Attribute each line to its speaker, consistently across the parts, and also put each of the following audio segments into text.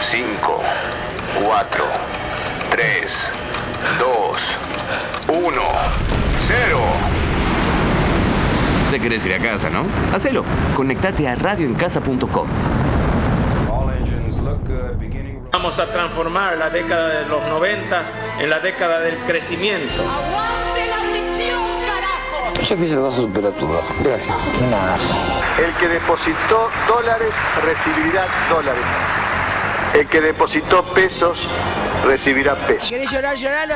Speaker 1: 5, 4, 3, 2, 1, 0.
Speaker 2: Te querés ir a casa, ¿no? Hacelo. Conectate a radioencasa.com.
Speaker 3: Vamos a transformar la década de los noventas en la década del crecimiento.
Speaker 4: ¡Aguante la ficción, carajo!
Speaker 5: Yo pienso que vas a superar tu bajo. Gracias. Nada.
Speaker 6: El que depositó dólares recibirá dólares. El que depositó pesos recibirá pesos.
Speaker 7: ¿Querés llorar, lloralo?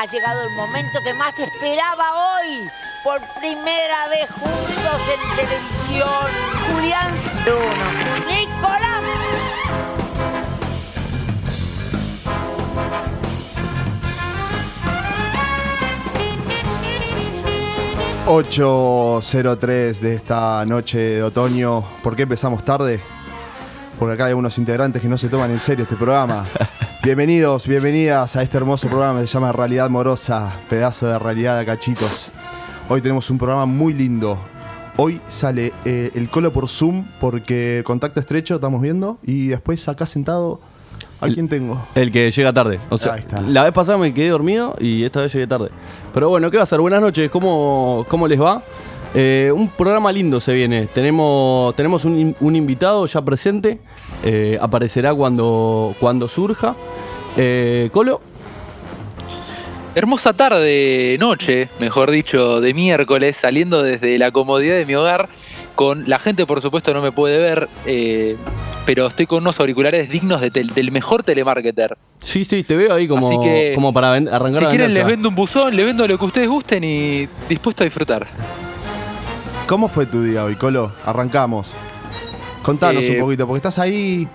Speaker 4: Ha llegado el momento que más esperaba hoy. Por primera vez juntos en televisión. Julián Bruno. Nicolás.
Speaker 8: ...8.03 de esta noche de otoño. ¿Por qué empezamos tarde? Porque acá hay algunos integrantes que no se toman en serio este programa. Bienvenidos, bienvenidas a este hermoso programa que se llama Realidad Morosa, pedazo de realidad a cachitos. Hoy tenemos un programa muy lindo. Hoy sale eh, el colo por Zoom porque contacto estrecho, estamos viendo, y después acá sentado, ¿a quién tengo?
Speaker 9: El que llega tarde. O sea,
Speaker 8: Ahí está.
Speaker 9: la vez pasada me quedé dormido y esta vez llegué tarde. Pero bueno, ¿qué va a ser? Buenas noches, ¿cómo, cómo les va? Eh, un programa lindo se viene. Tenemos, tenemos un, in- un invitado ya presente. eh, aparecerá cuando, cuando surja. Eh, Colo,
Speaker 10: Hermosa tarde, noche, mejor dicho, de miércoles, saliendo desde la comodidad de mi hogar, con la gente por supuesto no me puede ver, eh, pero estoy con unos auriculares dignos de tel- del mejor telemarketer.
Speaker 9: sí, sí, te veo ahí como,
Speaker 10: Así que,
Speaker 9: como para ven- arrancar
Speaker 10: si
Speaker 9: la
Speaker 10: quieren les
Speaker 9: venganza.
Speaker 10: vendo un buzón, les vendo lo que ustedes gusten y dispuesto a disfrutar.
Speaker 8: ¿Cómo fue tu día hoy, Colo? Arrancamos. Contanos
Speaker 10: Eh,
Speaker 8: un poquito, porque estás ahí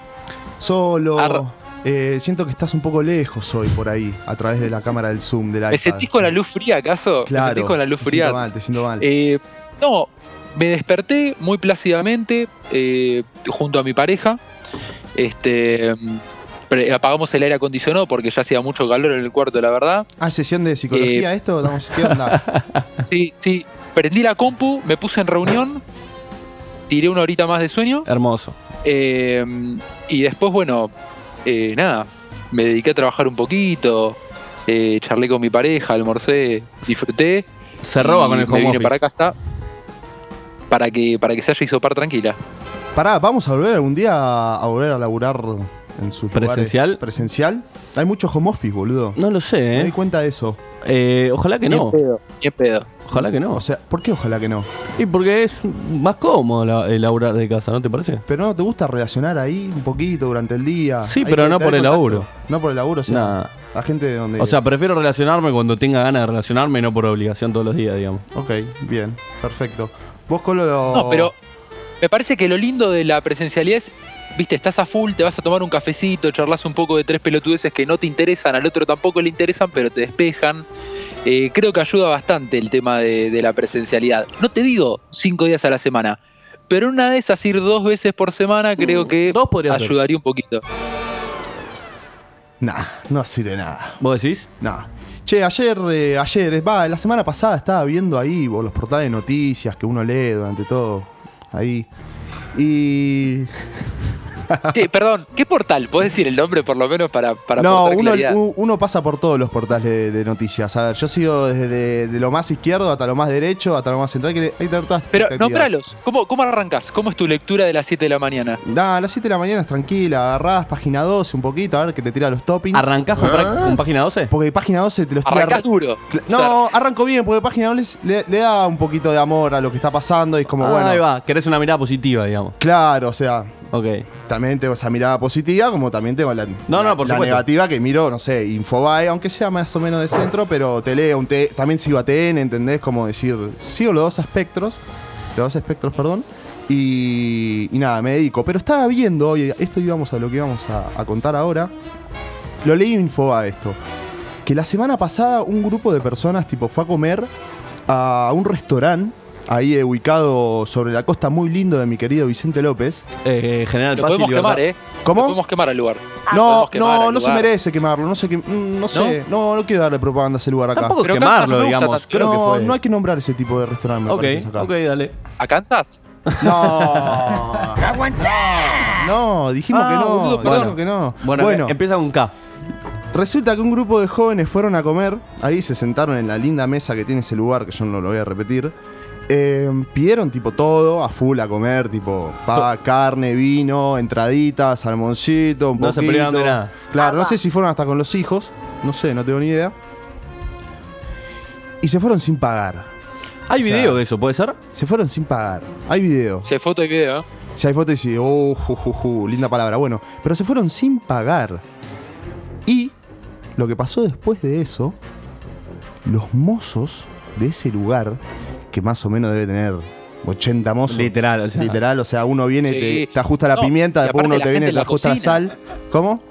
Speaker 8: solo.
Speaker 10: Ar-
Speaker 8: Eh, siento que estás un poco lejos hoy por ahí, a través de la cámara del Zoom, de la
Speaker 10: ¿Me sentís con la luz fría acaso? ¿Me
Speaker 8: Claro.
Speaker 10: sentís con la luz
Speaker 8: te
Speaker 10: fría?
Speaker 8: siento mal, te siento mal.
Speaker 10: Eh, no, me desperté muy plácidamente eh, junto a mi pareja. Este, mm, pre- apagamos el aire acondicionado porque ya hacía mucho calor en el cuarto, la verdad.
Speaker 8: ah, sesión de psicología
Speaker 10: eh,
Speaker 8: esto, Estamos- ¿qué onda?
Speaker 10: Sí, sí, prendí la compu, me puse en reunión, tiré una horita más de sueño
Speaker 9: Hermoso.
Speaker 10: eh, y después, bueno, eh, nada, me dediqué a trabajar un poquito, eh, charlé con mi pareja, almorcé, disfruté.
Speaker 9: Se roba
Speaker 10: y
Speaker 9: con el
Speaker 10: me
Speaker 9: home
Speaker 10: vine
Speaker 9: office.
Speaker 10: para casa para que, para que se haya hisopar tranquila.
Speaker 8: Pará, vamos a volver algún día a volver a laburar en su
Speaker 9: ¿Presencial?
Speaker 8: presencial. Hay mucho home office, boludo.
Speaker 9: No lo
Speaker 8: Me
Speaker 9: sé,
Speaker 8: di
Speaker 9: ¿eh?
Speaker 8: cuenta de eso.
Speaker 9: Eh, Ojalá que no.
Speaker 10: Ni en pedo. Ni en pedo.
Speaker 9: Ojalá que no.
Speaker 8: O sea, ¿por qué ojalá que no?
Speaker 9: Y porque es más cómodo la- el laburar de casa, ¿no te parece?
Speaker 8: Pero no te gusta relacionar ahí un poquito durante el día.
Speaker 9: Sí,
Speaker 8: Hay
Speaker 9: pero
Speaker 8: que
Speaker 9: no
Speaker 8: tener
Speaker 9: por el
Speaker 8: contacto.
Speaker 9: laburo.
Speaker 8: No por el laburo, o sea,
Speaker 9: Nah.
Speaker 8: la gente de donde.
Speaker 9: O sea, prefiero relacionarme cuando tenga ganas de relacionarme, no por obligación todos los días, digamos.
Speaker 8: Ok, bien, perfecto. Vos, Colo, lo-
Speaker 10: No, pero me parece que lo lindo de la presencialidad es, viste, estás a full, te vas a tomar un cafecito, charlas un poco de tres pelotudeces que no te interesan, al otro tampoco le interesan, pero te despejan. Eh, creo que ayuda bastante el tema de, de la presencialidad. No te digo cinco días a la semana, pero en una de esas ir dos veces por semana creo
Speaker 9: Mm,
Speaker 10: que
Speaker 9: dos podría ser.
Speaker 10: ayudaría un poquito.
Speaker 8: Nah, no sirve nada.
Speaker 9: ¿Vos decís?
Speaker 8: Nah. Che, ayer, eh, ayer, eh, va, la semana pasada estaba viendo ahí vos, los portales de noticias que uno lee durante todo. Ahí. Y.
Speaker 10: Che, perdón, ¿qué portal? ¿Podés decir el nombre por lo menos para, para
Speaker 8: no,
Speaker 10: aportar
Speaker 8: uno,
Speaker 10: claridad?
Speaker 8: u- uno pasa por todos los portales de, de noticias. A ver, yo sigo desde de, de lo más izquierdo hasta lo más derecho, hasta lo más central. Que hay tantas
Speaker 10: Pero
Speaker 8: expectativas.
Speaker 10: nombralos, ¿cómo, ¿cómo arrancás? ¿Cómo es tu lectura de las 7 de la mañana?
Speaker 8: Nah, a las 7 de la mañana es tranquila, agarrás página 12 un poquito, a ver que te tira los toppings.
Speaker 9: ¿Arrancás con,
Speaker 8: ¿Eh?
Speaker 9: pra- con página 12?
Speaker 8: Porque página 12 te los tira.
Speaker 10: Arrancás duro.
Speaker 8: Cla- No, arranco bien, porque página 12 le, le da un poquito de amor a lo que está pasando y es como,
Speaker 9: Ah,
Speaker 8: bueno.
Speaker 9: Ahí va, querés una mirada positiva, digamos.
Speaker 8: Claro, o sea,
Speaker 9: Ok.
Speaker 8: también tengo esa mirada positiva, como también tengo la,
Speaker 9: No,
Speaker 8: la-
Speaker 9: no, por
Speaker 8: la
Speaker 9: supuesto.
Speaker 8: negativa que miro, no sé, Infobae, aunque sea más o menos de centro, pero te leo, un te- también sigo a TN, ¿entendés? Como decir, sigo los dos espectros, los dos espectros, perdón, y, y nada, me dedico. Pero estaba viendo, hoy, esto íbamos a lo que íbamos a, a contar ahora, lo leí en Infobae esto, que la semana pasada un grupo de personas tipo fue a comer a un restaurante, ahí eh, ubicado sobre la costa muy lindo de mi querido Vicente López,
Speaker 9: Eh, General
Speaker 10: Lo
Speaker 9: Paz y
Speaker 10: podemos
Speaker 9: Libertad.
Speaker 10: quemar, ¿eh?
Speaker 8: ¿Cómo? Ah,
Speaker 10: Lo podemos quemar al lugar.
Speaker 9: Ah,
Speaker 10: Lo
Speaker 8: No,
Speaker 10: podemos quemar
Speaker 8: no,
Speaker 10: al
Speaker 8: no se
Speaker 10: lugar.
Speaker 8: merece quemarlo, no sé qué, mm, no sé, no, no quiero darle propaganda a ese lugar acá.
Speaker 9: Tampoco
Speaker 10: Pero
Speaker 9: quemarlo,
Speaker 10: Kansas no me gusta
Speaker 9: digamos.
Speaker 10: tanto.
Speaker 9: Creo
Speaker 8: no,
Speaker 9: que fue.
Speaker 8: no hay que nombrar ese tipo de restaurante, me
Speaker 9: ok,
Speaker 8: parece, acá.
Speaker 9: ok, dale.
Speaker 10: ¿A Kansas?
Speaker 8: No. No, dijimos
Speaker 10: Ah,
Speaker 8: que no.
Speaker 10: boludo,
Speaker 8: dijimos
Speaker 10: perdón.
Speaker 8: que no.
Speaker 9: Bueno,
Speaker 8: bueno
Speaker 9: eh, empieza con K.
Speaker 8: Resulta que un grupo de jóvenes fueron a comer, ahí se sentaron en la linda mesa que tiene ese lugar, que yo no lo voy a repetir. Eh, pidieron tipo todo, a full a comer, tipo pa, carne, vino, entraditas, salmoncito, un
Speaker 9: No se
Speaker 8: poquito.
Speaker 9: privaron de nada.
Speaker 8: Claro, no sé si fueron hasta con los hijos, no sé, no tengo ni idea. Y se fueron sin pagar.
Speaker 9: Hay
Speaker 8: O sea,
Speaker 9: video de eso, ¿puede ser?
Speaker 8: Se fueron sin pagar. Hay video.
Speaker 10: Si hay foto y video, ¿eh?
Speaker 8: Ya hay fotos y oh, ju, ju, ju, linda palabra. Bueno, pero se fueron sin pagar. Y lo que pasó después de eso, los mozos de ese lugar, que más o menos debe tener 80 mozos.
Speaker 9: Literal, o sea.
Speaker 8: Literal, o sea, uno viene, y te,
Speaker 10: Sí.
Speaker 8: te ajusta la
Speaker 10: No,
Speaker 8: pimienta,
Speaker 10: y
Speaker 8: después
Speaker 10: aparte
Speaker 8: uno
Speaker 10: la
Speaker 8: te
Speaker 10: gente
Speaker 8: viene,
Speaker 10: en
Speaker 8: te
Speaker 10: la
Speaker 8: ajusta
Speaker 10: cocina.
Speaker 8: la sal. ¿Cómo?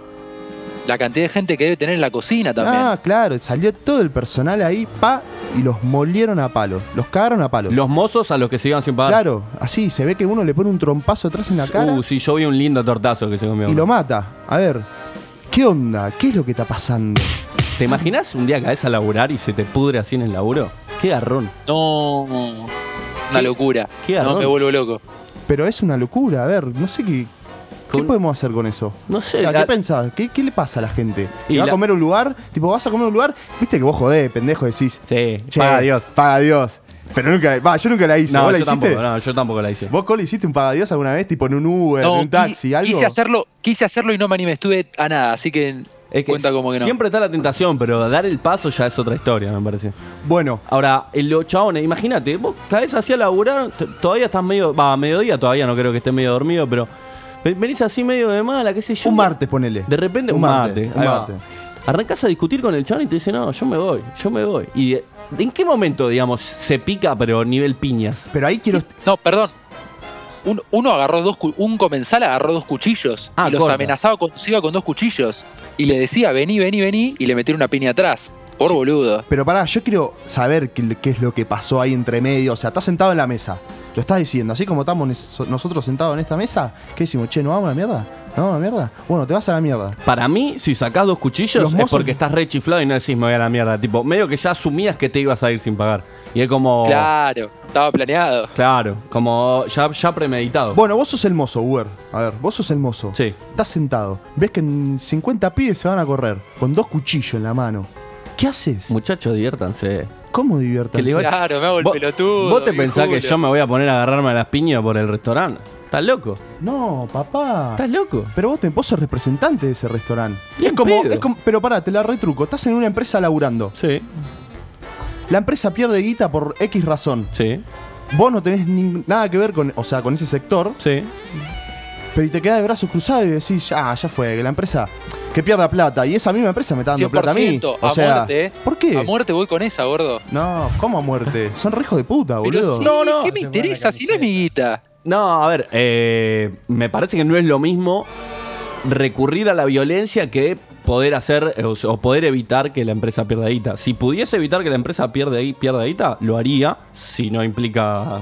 Speaker 10: La cantidad de gente que debe tener en la cocina también.
Speaker 8: Ah, claro, salió todo el personal ahí, pa, y los molieron a palos. Los cagaron a palos.
Speaker 9: Los mozos a los que se iban sin pagar.
Speaker 8: Claro, así, se ve que uno le pone un trompazo atrás en la cara.
Speaker 9: Uh, sí, yo vi un lindo tortazo que se comió.
Speaker 8: y lo mata. A ver, ¿qué onda? ¿Qué es lo que está pasando?
Speaker 9: ¿Te imaginas un día que caes a laburar y se te pudre así en el laburo? Qué garrón.
Speaker 10: No, una
Speaker 9: Qué-
Speaker 10: locura.
Speaker 9: qué garrón.
Speaker 10: no me vuelvo loco.
Speaker 8: Pero es una locura, a ver, no sé qué. ¿Qué
Speaker 9: Con-
Speaker 8: podemos hacer con eso?
Speaker 9: No sé,
Speaker 8: O sea,
Speaker 9: la-
Speaker 8: ¿Qué pensás? ¿Qué, qué le pasa a la gente? ¿Que
Speaker 9: Y
Speaker 8: va
Speaker 9: la-
Speaker 8: a comer a un lugar? Tipo, vas a comer a un lugar, viste que vos jodés, pendejo, decís.
Speaker 9: Sí,
Speaker 8: "Che,
Speaker 9: paga Dios.
Speaker 8: Paga Dios. Pero nunca, va, yo nunca la hice.
Speaker 9: No,
Speaker 8: ¿Vos la
Speaker 9: yo
Speaker 8: hiciste?
Speaker 9: tampoco, no, yo tampoco la hice.
Speaker 8: ¿Vos, Cole, hiciste un paga Dios alguna vez? Tipo en un Uber,
Speaker 10: No,
Speaker 8: en un taxi,
Speaker 10: qui-
Speaker 8: algo.
Speaker 10: Quise hacerlo, quise hacerlo y no me animé, estuve a nada, así que,
Speaker 9: Es que
Speaker 10: cuenta como que no.
Speaker 9: Siempre está la tentación, pero dar el paso ya es otra historia, me parece.
Speaker 8: Bueno,
Speaker 9: Ahora, el- los chabones, imagínate, vos caes así a laburar, t- todavía estás medio. Va, a mediodía todavía no creo que estés medio dormido, pero. ve- Venís así medio de mala, qué sé yo.
Speaker 8: un martes, ponele.
Speaker 9: De repente un, martes.
Speaker 8: Un martes.
Speaker 9: Arrancas a discutir con el chabón y te dice, no, yo me voy, yo me voy. ¿Y de- en qué momento, digamos, se pica, pero nivel piñas?
Speaker 8: Pero ahí quiero.
Speaker 10: No, perdón. Un- uno agarró dos, cu- un comensal agarró dos cuchillos
Speaker 9: Ah,
Speaker 10: y los
Speaker 9: corta.
Speaker 10: amenazaba con, se iba con dos cuchillos y le decía vení, vení, vení y le metieron una piña atrás. Por boludo.
Speaker 8: Pero pará, yo quiero saber qué, qué es lo que pasó ahí entre medio. O sea, estás sentado en la mesa. Lo estás diciendo. Así como estamos nes- nosotros sentados en esta mesa, ¿qué decimos? Che, ¿no vamos a la mierda? ¿No vamos a la mierda? Bueno, te vas a la mierda.
Speaker 9: Para mí, si sacás dos cuchillos
Speaker 8: Los
Speaker 9: es
Speaker 8: mozos-
Speaker 9: porque estás re chiflado y no decís me voy a la mierda. Tipo, medio que ya asumías que te ibas a ir sin pagar. Y es como.
Speaker 10: Claro, estaba planeado.
Speaker 9: Claro, como ya, ya premeditado.
Speaker 8: Bueno, vos sos el mozo, Uber. A ver, vos sos el mozo.
Speaker 9: Sí.
Speaker 8: Estás sentado. Ves que en 50 pibes se van a correr con dos cuchillos en la mano. ¿Qué haces?
Speaker 9: Muchachos, diviértanse.
Speaker 8: ¿Cómo diviertes?
Speaker 9: Que le vaya-
Speaker 10: Claro, me hago el
Speaker 9: Vos-
Speaker 10: pelotudo.
Speaker 9: ¿Vos te
Speaker 10: viejulo.
Speaker 9: pensás que yo me voy a poner a agarrarme a las piñas por el restaurante? ¿Estás loco?
Speaker 8: No, papá.
Speaker 9: ¿Estás loco?
Speaker 8: Pero vos, te, vos sos representante de ese restaurante.
Speaker 9: Bien
Speaker 8: Es como,
Speaker 9: pedo.
Speaker 8: es como. Pero pará, te la retruco. Estás en una empresa laburando.
Speaker 9: Sí,
Speaker 8: La empresa pierde guita por X razón.
Speaker 9: sí,
Speaker 8: Vos no tenés nin- nada que ver con, o sea, con ese sector,
Speaker 9: sí.
Speaker 8: pero y te quedás de brazos cruzados y decís, ah, ya fue, que la empresa que pierda plata. Y esa misma empresa me está dando plata a mí.
Speaker 10: 100%,
Speaker 8: O
Speaker 10: a
Speaker 8: sea,
Speaker 10: muerte, eh.
Speaker 8: ¿por qué?
Speaker 10: A muerte voy con esa, gordo.
Speaker 8: no, ¿cómo a muerte? Son rejos de puta, boludo.
Speaker 10: Pero sí,
Speaker 9: No, no.
Speaker 10: ¿Qué me interesa si no es mi guita?
Speaker 9: No, a ver, eh, me parece que no es lo mismo recurrir a la violencia que poder hacer eh, o, s- o poder evitar que la empresa pierda guita. Si pudiese evitar que la empresa pierda, gui- pierda guita, lo haría, si no implica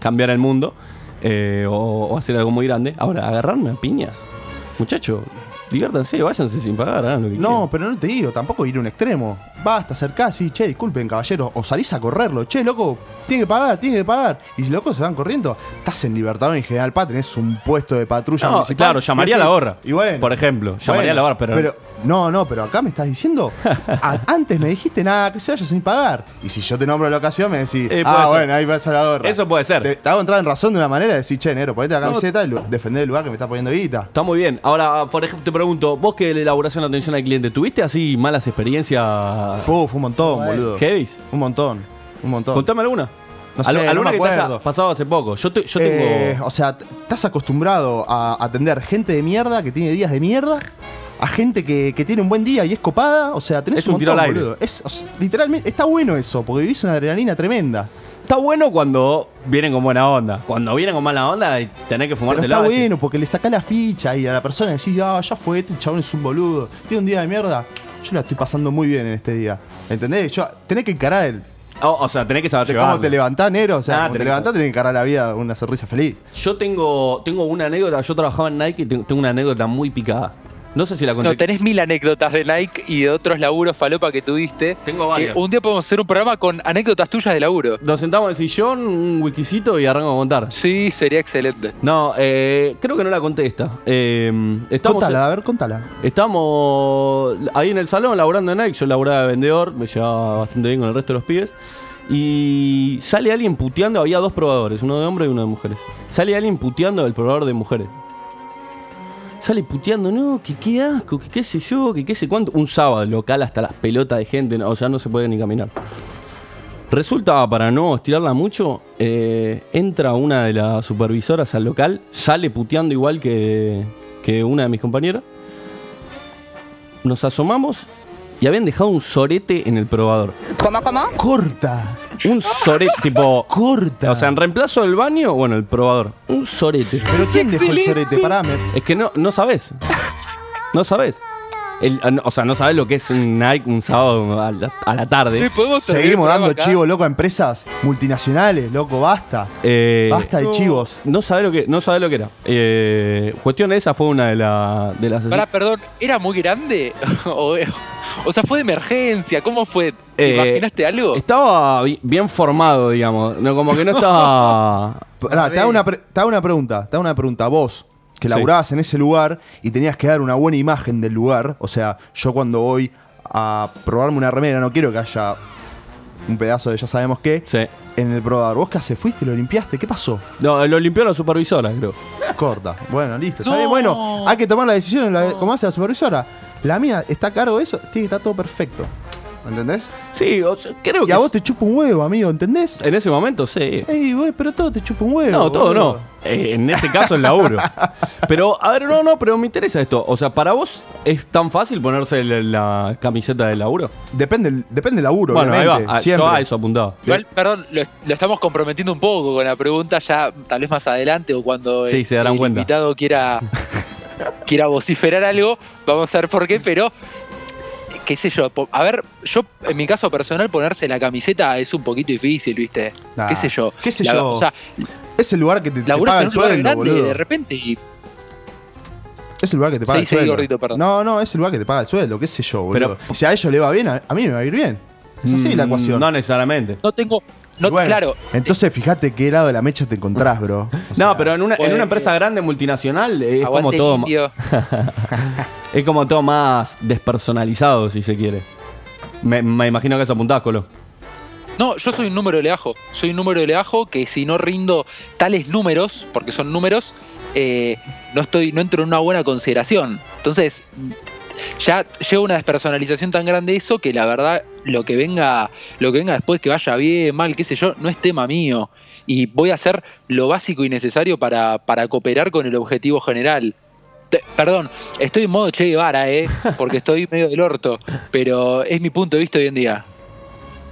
Speaker 9: cambiar el mundo eh, o, o hacer algo muy grande. Ahora, agarrarme a piñas. Muchacho, diviértanse, váyanse sin pagar, hagan lo que
Speaker 8: No,
Speaker 9: quieran.
Speaker 8: pero no te digo, tampoco ir a un extremo. Basta, acercás y, che, disculpen, caballero. O salís a correrlo, che, loco, tiene que pagar, tiene que pagar. Y si locos se van corriendo, estás en Libertador en General Paz, tenés un puesto de patrulla
Speaker 9: No,
Speaker 8: municipal.
Speaker 9: claro, llamaría
Speaker 8: Y
Speaker 9: a
Speaker 8: así-
Speaker 9: la gorra.
Speaker 8: Y bueno.
Speaker 9: por ejemplo, llamaría a la gorra, pero,
Speaker 8: No, no, pero acá me estás diciendo. a- antes me dijiste nada, que se vaya sin pagar. Y si yo te nombro la ocasión, me decís,
Speaker 9: Eh, puede
Speaker 8: ah,
Speaker 9: ser.
Speaker 8: bueno, ahí vas a la gorra.
Speaker 9: Eso puede ser.
Speaker 8: Te, te hago entrar en razón de una manera de decir, che, negro, ponete la
Speaker 9: No.
Speaker 8: camiseta y lu- defender el lugar que me está poniendo guita.
Speaker 9: Está muy bien. Ahora, por ejemplo, te pregunto, vos que de elaboración la atención al cliente, ¿tuviste así malas experiencias
Speaker 8: Puf, un montón, boludo.
Speaker 9: heavies?
Speaker 8: Un montón, un montón.
Speaker 9: Contame alguna.
Speaker 8: No sé,
Speaker 9: Al-
Speaker 8: no
Speaker 9: alguna
Speaker 8: me
Speaker 9: que te haya
Speaker 8: acuerdo.
Speaker 9: pasado hace poco. Yo, te- yo
Speaker 8: Eh,
Speaker 9: tengo.
Speaker 8: o sea, t- estás acostumbrado a atender gente de mierda que tiene días de mierda, a gente que, que tiene un buen día y es copada. O sea, tenés
Speaker 9: Es un tiro al aire.
Speaker 8: boludo. Es, o sea, literalmente, está bueno eso, porque vivís una adrenalina tremenda.
Speaker 9: Está bueno cuando vienen con buena onda. Cuando vienen con mala onda, y tenés que
Speaker 8: Pero
Speaker 9: fumarte
Speaker 8: está bueno, porque le sacás la ficha y a la persona decís, ah, ya fue, este chabón es un boludo, tiene un día de mierda. Yo la estoy pasando muy bien en este día. ¿Entendés? Yo, tenés que encarar el,
Speaker 9: O, o sea, tenés que saber
Speaker 8: de
Speaker 9: llevarlo.
Speaker 8: cómo te levantás, negro. O sea,
Speaker 9: Ah,
Speaker 8: cómo te
Speaker 9: tenés-
Speaker 8: levantás, tenés que encarar la vida con una sonrisa feliz.
Speaker 9: Yo tengo, tengo una anécdota. Yo trabajaba en Nike y ten- tengo una anécdota muy picada. No sé si la conté.
Speaker 10: No, tenés mil anécdotas de Nike y de otros laburos falopa que tuviste.
Speaker 7: Tengo
Speaker 10: Eh,
Speaker 7: varias.
Speaker 10: un día podemos hacer un programa con anécdotas tuyas de laburo.
Speaker 9: Nos sentamos en el sillón, un wikisito y arrancamos a contar.
Speaker 10: Sí, sería excelente.
Speaker 9: No, eh, creo que no la contesta. estamos,
Speaker 8: Contala, a ver, contala.
Speaker 9: estamos ahí en el salón laburando en Nike. Yo laburaba de vendedor, me llevaba bastante bien con el resto de los pibes. Y sale alguien puteando, había dos probadores, uno de hombres y uno de mujeres. Sale alguien puteando al probador de mujeres. Sale puteando, no, que qué asco, que qué sé yo, que qué sé cuánto. Un sábado local hasta las pelotas de gente, no, o sea, no se podía ni caminar. Resulta, para no estirarla mucho, eh, entra una de las supervisoras al local, sale puteando igual que, que una de mis compañeras. Nos asomamos y habían dejado un sorete en el probador.
Speaker 8: Corta,
Speaker 9: Un sorete, tipo.
Speaker 8: corta.
Speaker 9: O sea, en reemplazo del baño, bueno, el probador. Un sorete.
Speaker 8: ¿Pero quién dejó el sorete? Pará, me-
Speaker 9: Es que no, no sabes. No sabes. El- o sea, no sabes lo que es un Nike un sábado a la, a la tarde.
Speaker 10: Sí, pues. podemos terminar el
Speaker 8: Seguimos
Speaker 10: programa
Speaker 8: dando
Speaker 10: acá.
Speaker 8: chivo, loco, a empresas multinacionales, loco, basta.
Speaker 9: Eh,
Speaker 8: Basta de chivos.
Speaker 9: No sabe lo que, no sabe lo que era. Eh, cuestión esa fue una de, la- de las
Speaker 10: Pará, perdón, ¿era muy grande? o, o sea, ¿fue de emergencia? ¿Cómo fue? ¿Te
Speaker 9: Eh,
Speaker 10: imaginaste algo?
Speaker 9: Estaba bi- bien formado, digamos. No, como que no estaba.
Speaker 8: Pará, te hago, una pre- te hago una pregunta, te hago una pregunta. Vos,
Speaker 9: Sí.
Speaker 8: que laburabas en ese lugar y tenías que dar una buena imagen del lugar, o sea, yo cuando voy a probarme una remera no quiero que haya un pedazo de ya sabemos qué
Speaker 9: Sí.
Speaker 8: en el probador. ¿Vos qué haces? ¿Fuiste? ¿Lo limpiaste? ¿Qué pasó?
Speaker 9: No, lo limpió la supervisora, creo.
Speaker 8: Corta. Bueno, listo. Está
Speaker 10: No.
Speaker 8: bien, bueno, hay que tomar la decisión la- como hace la supervisora. La mía está a cargo de eso, tiene que estar todo perfecto. ¿Entendés?
Speaker 9: Sí, o sea, creo
Speaker 8: Y
Speaker 9: que.
Speaker 8: a vos te chupa un huevo, amigo, ¿entendés?
Speaker 9: En ese momento, sí.
Speaker 8: Ey, güey, pero todo te chupa un huevo.
Speaker 9: No, todo
Speaker 8: boludo.
Speaker 9: no. Eh, en ese caso el laburo. Pero, a ver, no, no, pero me interesa esto. O sea, ¿para vos es tan fácil ponerse la, la camiseta del laburo?
Speaker 8: Depende, el- depende del laburo,
Speaker 9: bueno, ahí
Speaker 8: obviamente.
Speaker 9: va. Ah,
Speaker 8: siempre.
Speaker 9: Yo a eso apuntaba.
Speaker 10: Igual, perdón, lo, lo estamos comprometiendo un poco con la pregunta ya tal vez más adelante o cuando
Speaker 9: Sí,
Speaker 10: el,
Speaker 9: se darán
Speaker 10: el
Speaker 9: cuenta.
Speaker 10: invitado quiera, quiera vociferar algo, vamos a ver por qué, pero qué sé yo, po- a ver, yo en mi caso personal ponerse la camiseta es un poquito difícil, ¿viste?
Speaker 8: Nah,
Speaker 10: qué sé yo.
Speaker 8: qué sé
Speaker 10: La-
Speaker 8: yo.
Speaker 10: O sea,
Speaker 8: Es el lugar que te, te
Speaker 10: laburás
Speaker 8: paga
Speaker 10: en
Speaker 8: el
Speaker 10: un lugar
Speaker 8: sueldo,
Speaker 10: grande
Speaker 8: boludo.
Speaker 10: de repente y
Speaker 8: Es el lugar que te paga
Speaker 10: Sí,
Speaker 8: el
Speaker 10: seguí,
Speaker 8: sueldo.
Speaker 10: gordito, perdón.
Speaker 8: No, no, es el lugar que te paga el sueldo, qué sé yo, boludo.
Speaker 9: Pero-
Speaker 8: si a ellos le va bien, a, a mí me va a ir bien. Es así la
Speaker 9: Mm,
Speaker 8: ecuación.
Speaker 9: No necesariamente.
Speaker 10: no tengo, no,
Speaker 8: Y bueno,
Speaker 10: claro,
Speaker 8: Entonces fíjate qué lado de la mecha te encontrás, bro. O sea,
Speaker 9: no, pero en una, en
Speaker 10: bueno.
Speaker 9: una empresa grande multinacional eh, es como
Speaker 10: pues, aguante
Speaker 9: todo. ma-
Speaker 10: indio.
Speaker 9: Es como todo más despersonalizado, si se quiere. Me, me imagino que eso apuntás, Colo.
Speaker 10: No, yo soy un número de leajo. Soy un número de leajo que si no rindo tales números, porque son números, eh, no estoy, no entro en una buena consideración. Entonces, ya llevo una despersonalización tan grande eso que la verdad, lo que venga, lo que venga después, que vaya bien, mal, qué sé yo, no es tema mío. Y voy a hacer lo básico y necesario para, para cooperar con el objetivo general. Te- perdón, estoy en modo Che Guevara, eh, porque estoy medio del orto, pero es mi punto de vista hoy en día.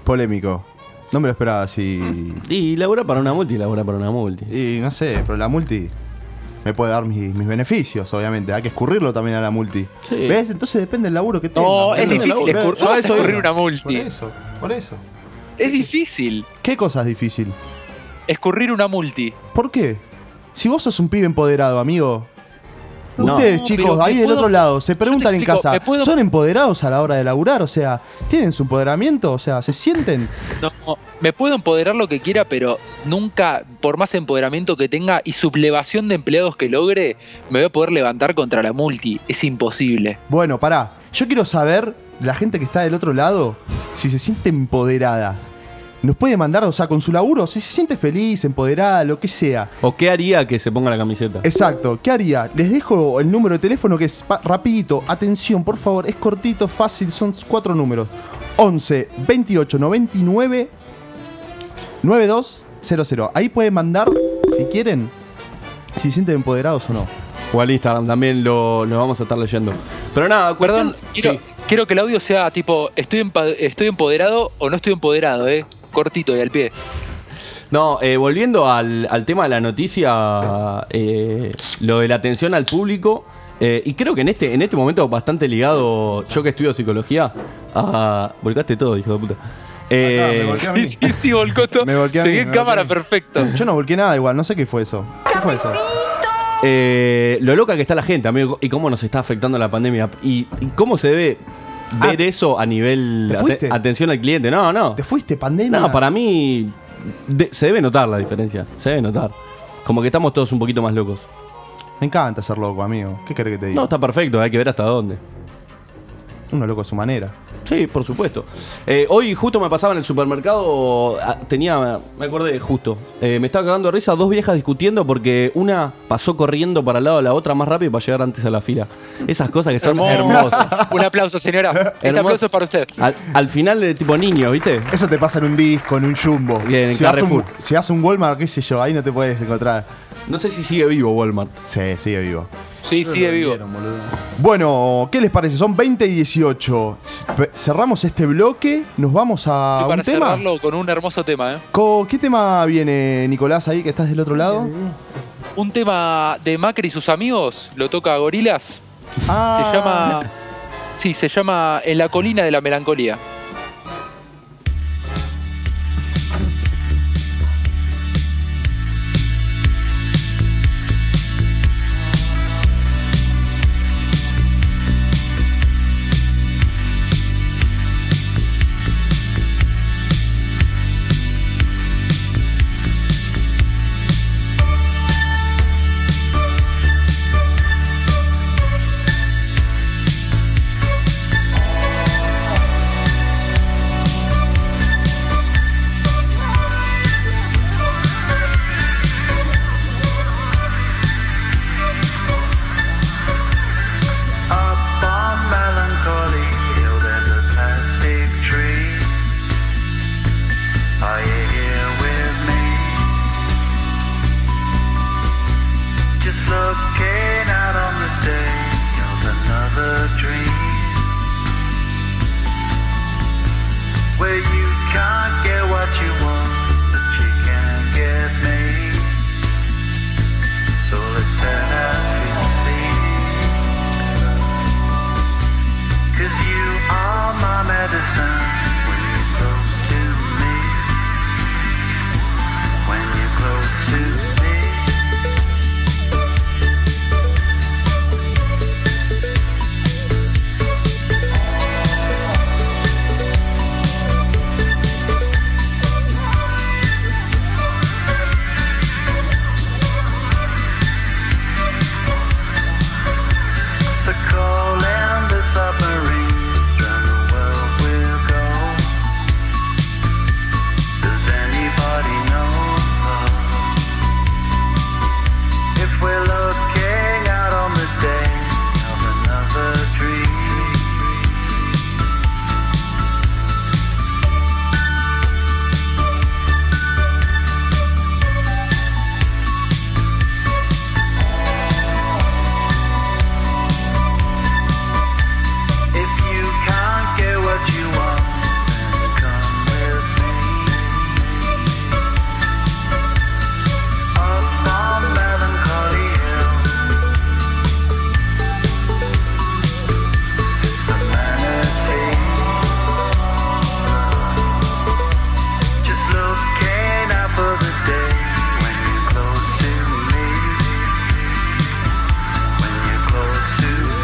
Speaker 8: Polémico. No me lo esperaba así.
Speaker 10: Ah.
Speaker 9: Y labura para una multi, labura para una multi.
Speaker 8: Y no sé, pero la multi me puede dar mis, mis beneficios, obviamente. Hay que escurrirlo también a la multi.
Speaker 9: Sí.
Speaker 8: ¿Ves? Entonces depende del laburo que tengas.
Speaker 10: No, es
Speaker 8: boludo.
Speaker 10: difícil
Speaker 8: Depende del
Speaker 10: escur-
Speaker 8: laburo.
Speaker 10: no vas a
Speaker 8: Yo eso
Speaker 10: escurrir
Speaker 8: digo.
Speaker 10: una multi.
Speaker 8: Por eso, por eso.
Speaker 10: Es difícil
Speaker 8: ¿Qué cosa es difícil?
Speaker 10: escurrir una multi.
Speaker 8: ¿Por qué? Si vos sos un pibe empoderado, amigo.
Speaker 9: No.
Speaker 8: Ustedes,
Speaker 10: No,
Speaker 8: chicos,
Speaker 10: pero
Speaker 8: ahí
Speaker 10: me
Speaker 8: del
Speaker 10: puedo-
Speaker 8: otro lado, se preguntan en
Speaker 10: explico,
Speaker 8: casa,
Speaker 10: me puedo-
Speaker 8: ¿son empoderados a la hora de laburar? O sea, ¿tienen su empoderamiento? O sea, ¿se sienten?
Speaker 10: No, me puedo empoderar lo que quiera, pero nunca, por más empoderamiento que tenga y sublevación de empleados que logre, me voy a poder levantar contra la multi. Es imposible.
Speaker 8: Bueno, pará. Yo quiero saber, la gente que está del otro lado, si se siente empoderada. Nos puede mandar, o sea, con su laburo, si se siente feliz, empoderada, lo que sea.
Speaker 9: ¿O qué haría que se ponga la camiseta?
Speaker 8: Exacto, ¿qué haría? Les dejo el número de teléfono que es pa- rapidito, atención, por favor, es cortito, fácil, son cuatro números. 11 28 99 9200. Ahí pueden mandar, si quieren, si se sienten empoderados o no.
Speaker 9: O al Instagram también lo, lo vamos a estar leyendo. Pero nada, cuestión-
Speaker 10: Perdón, quiero,
Speaker 9: Sí.
Speaker 10: quiero que el audio sea tipo, estoy, empa- estoy empoderado o no estoy empoderado, eh. Cortito y al pie.
Speaker 9: No, eh, volviendo al, al tema de la noticia, eh, lo de la atención al público, eh, y creo que en este, en este momento bastante ligado, yo que estudio psicología, a, volcaste todo, hijo de puta.
Speaker 8: Ah,
Speaker 9: Eh,
Speaker 10: Sí, sí, sí, volcó todo.
Speaker 8: Me volqué a
Speaker 10: Seguí
Speaker 8: mí,
Speaker 10: en
Speaker 8: me
Speaker 10: cámara,
Speaker 8: volqué
Speaker 10: perfecto.
Speaker 8: Yo no volqué nada igual, no sé qué fue eso. ¿Qué fue eso?
Speaker 9: eh, lo loca que está la gente, amigo, y cómo nos está afectando la pandemia. Y, y cómo se debe ver eso a nivel
Speaker 8: Ah. ¿te
Speaker 9: ate-
Speaker 8: fuiste?
Speaker 9: atención al cliente. No, no.
Speaker 8: ¿Te fuiste, pandemia?
Speaker 9: No, para mí de- se debe notar la diferencia. Se debe notar. Como que estamos todos un poquito más locos.
Speaker 8: Me encanta ser loco, amigo. ¿Qué querés que te diga?
Speaker 9: No, está perfecto, hay que ver hasta dónde.
Speaker 8: Uno loco a su manera.
Speaker 9: Sí, por supuesto. Eh, hoy justo me pasaba en el supermercado, ah, tenía, me acordé justo, eh, me estaba cagando de risa dos viejas discutiendo porque una pasó corriendo para el lado de la otra más rápido para llegar antes a la fila. Esas cosas que son hermosas.
Speaker 10: Un aplauso, señora. Este
Speaker 9: Hermoso.
Speaker 10: aplauso es para usted.
Speaker 9: Al, al final de tipo niño, ¿viste?
Speaker 8: Eso te pasa en un disco, en un jumbo.
Speaker 9: Bien, en
Speaker 8: si, vas a un,
Speaker 9: Carrefour.
Speaker 8: si vas a un Walmart, qué sé yo, ahí no te puedes encontrar.
Speaker 9: No sé si sigue vivo Walmart.
Speaker 8: Sí, sigue vivo.
Speaker 10: Sí, sigue vivo.
Speaker 8: Bueno, ¿qué les parece? Son 20 y 18. S- pe- Cerramos este bloque, nos vamos a
Speaker 10: Y
Speaker 8: Ah, un
Speaker 10: para
Speaker 8: tema.
Speaker 10: cerrarlo con un hermoso tema, ¿eh?
Speaker 8: Co- ¿Qué tema viene, Nicolás, ahí que estás del otro lado?
Speaker 10: Un tema de Macri y sus amigos, lo toca Gorilas. Se
Speaker 8: Ah,
Speaker 10: llama. Sí, se llama En la colina de la melancolía.
Speaker 11: Up on melancholy hill there's a plastic tree. Are you here with me? Just looking out on the day of another dream. Where you can't get what you want, but you can get me. So let's set out to sea. Cause you are my medicine when you're close to me. When you're close to me. The coal and the submarines round the world will go. Does anybody know? If we're looking out on the day of another dream. If you can't get what you want, then come with me. Up on melancholy hill sits a manatee. Just looking out for the day when you're close to me. When you're close to me.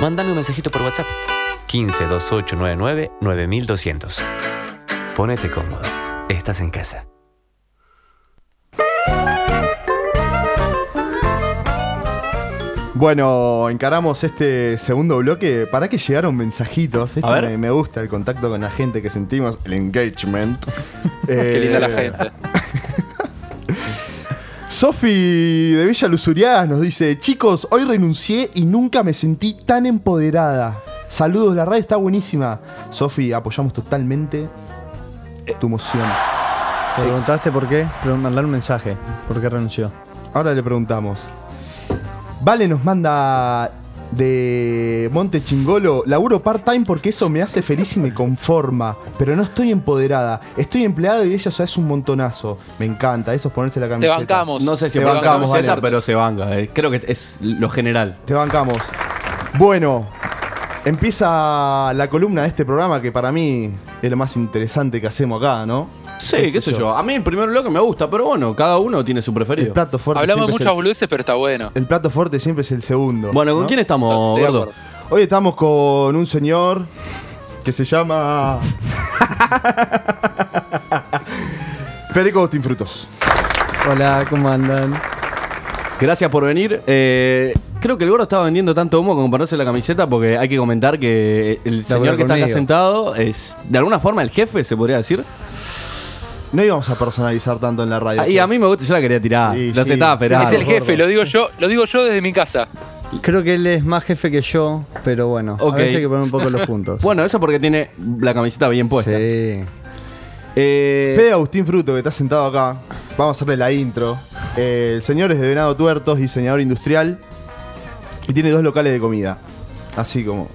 Speaker 12: Mándame un mensajito por WhatsApp.
Speaker 11: 152899 9200. Ponete cómodo. Estás en casa.
Speaker 8: Bueno, encaramos este segundo bloque. ¿Para que llegaron mensajitos? Esto
Speaker 9: A ver.
Speaker 8: Me, me gusta el contacto con la gente que sentimos, el engagement.
Speaker 10: Qué
Speaker 8: Eh,
Speaker 10: linda la gente.
Speaker 8: Sofi de Villa Luzuriagas nos dice: Chicos, hoy renuncié y nunca me sentí tan empoderada. Saludos, la radio está buenísima. Sofi, apoyamos totalmente tu emoción.
Speaker 11: Eh. Preguntaste por qué, pero mandar un mensaje. ¿Por qué renunció?
Speaker 8: Ahora le preguntamos. Vale nos manda de Monte Chingolo, laburo part-time porque eso me hace feliz y me conforma, pero no estoy empoderada, estoy empleado y ella ya es un montonazo. Me encanta, eso es ponerse la
Speaker 10: Te
Speaker 8: camiseta.
Speaker 10: bancamos.
Speaker 9: No sé si
Speaker 8: Te
Speaker 9: por la
Speaker 8: bancamos,
Speaker 9: camiseta,
Speaker 8: vale.
Speaker 9: pero se banca. eh. Creo que es lo general.
Speaker 8: Te bancamos. Bueno, empieza la columna de este programa que para mí es lo más interesante que hacemos acá, ¿no?
Speaker 9: Sí, qué, sé yo? A mí el primer bloque me gusta, pero bueno, cada uno tiene su
Speaker 8: El
Speaker 9: preferido.
Speaker 8: plato fuerte
Speaker 10: Hablamos
Speaker 8: siempre es
Speaker 10: muchas
Speaker 8: el-
Speaker 10: boludeces, pero está bueno.
Speaker 8: El plato fuerte siempre es el segundo.
Speaker 9: Bueno, ¿con
Speaker 8: ¿no?
Speaker 9: quién estamos,
Speaker 10: Estoy de
Speaker 9: gordo?
Speaker 10: acuerdo.
Speaker 8: Hoy estamos con un señor que se llama. Federico Agustín Frutos.
Speaker 11: Hola, ¿cómo andan?
Speaker 9: Gracias por venir. Eh, creo que el gordo estaba vendiendo tanto humo como ponerse la camiseta porque hay que comentar que el señor que está acá
Speaker 11: conmigo.
Speaker 9: sentado es de alguna forma el jefe, se podría decir.
Speaker 8: No íbamos a personalizar tanto en la radio.
Speaker 9: Ah, y
Speaker 8: che.
Speaker 9: a mí me gusta, yo la quería tirar.
Speaker 8: Sí,
Speaker 9: no
Speaker 8: sí.
Speaker 9: se estaba
Speaker 10: Es
Speaker 9: esperando.
Speaker 10: el jefe, lo digo yo, lo digo yo desde mi casa.
Speaker 11: Creo que él es más jefe que yo, pero bueno,
Speaker 9: Ok.
Speaker 11: a veces hay que poner un poco los puntos.
Speaker 9: Bueno, eso porque tiene la camiseta bien puesta.
Speaker 11: sí.
Speaker 9: Eh,
Speaker 8: Fede Agustín Fruto, que está sentado acá. Vamos a hacerle la intro. Eh, el señor es de Venado Tuertos, diseñador industrial. Y tiene dos locales de comida. Así como.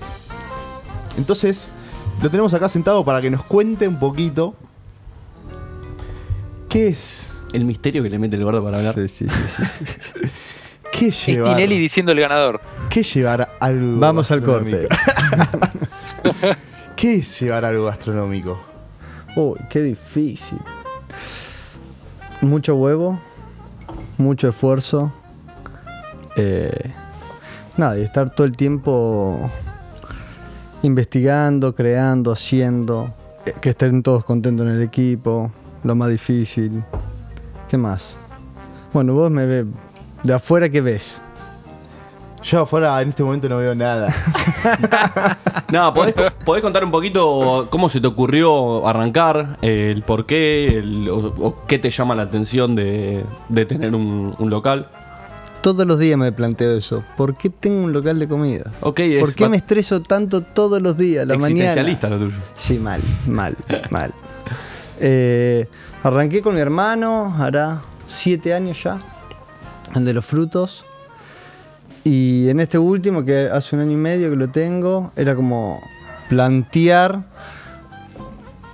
Speaker 8: Entonces, lo tenemos acá sentado para que nos cuente un poquito. ¿Qué es?
Speaker 9: el misterio que le mete el gordo para hablar.
Speaker 11: Sí, sí, sí, sí.
Speaker 8: ¿Qué
Speaker 10: Es
Speaker 8: llevar?
Speaker 10: Tinelli diciendo el ganador.
Speaker 8: ¿Qué es llevar algo?
Speaker 11: Vamos al corte.
Speaker 8: gastronómico? ¿Qué es llevar algo gastronómico?
Speaker 11: Uy, qué difícil. Mucho huevo, mucho esfuerzo. eh, nada, y estar todo el tiempo investigando, creando, haciendo. eh, Que estén todos contentos en el equipo. Lo más difícil. ¿Qué más? Bueno, vos me ves. De afuera, ¿qué ves?
Speaker 8: Yo afuera en este momento no veo nada.
Speaker 9: No, ¿podés, podés contar un poquito cómo se te ocurrió arrancar, eh, el por qué, el- o, o qué te llama la atención de, de tener un, un local.
Speaker 11: Todos los días me planteo eso. ¿Por qué tengo un local de comida?
Speaker 9: Ok, es
Speaker 11: ¿Por qué
Speaker 9: ba-
Speaker 11: me estreso tanto todos los días? La mañana.
Speaker 9: Existencialista lo tuyo.
Speaker 11: Sí, mal, mal, mal. Eh, arranqué con mi hermano, hará siete años ya, el de los frutos. Y en este último, que hace un año y medio que lo tengo, era como plantear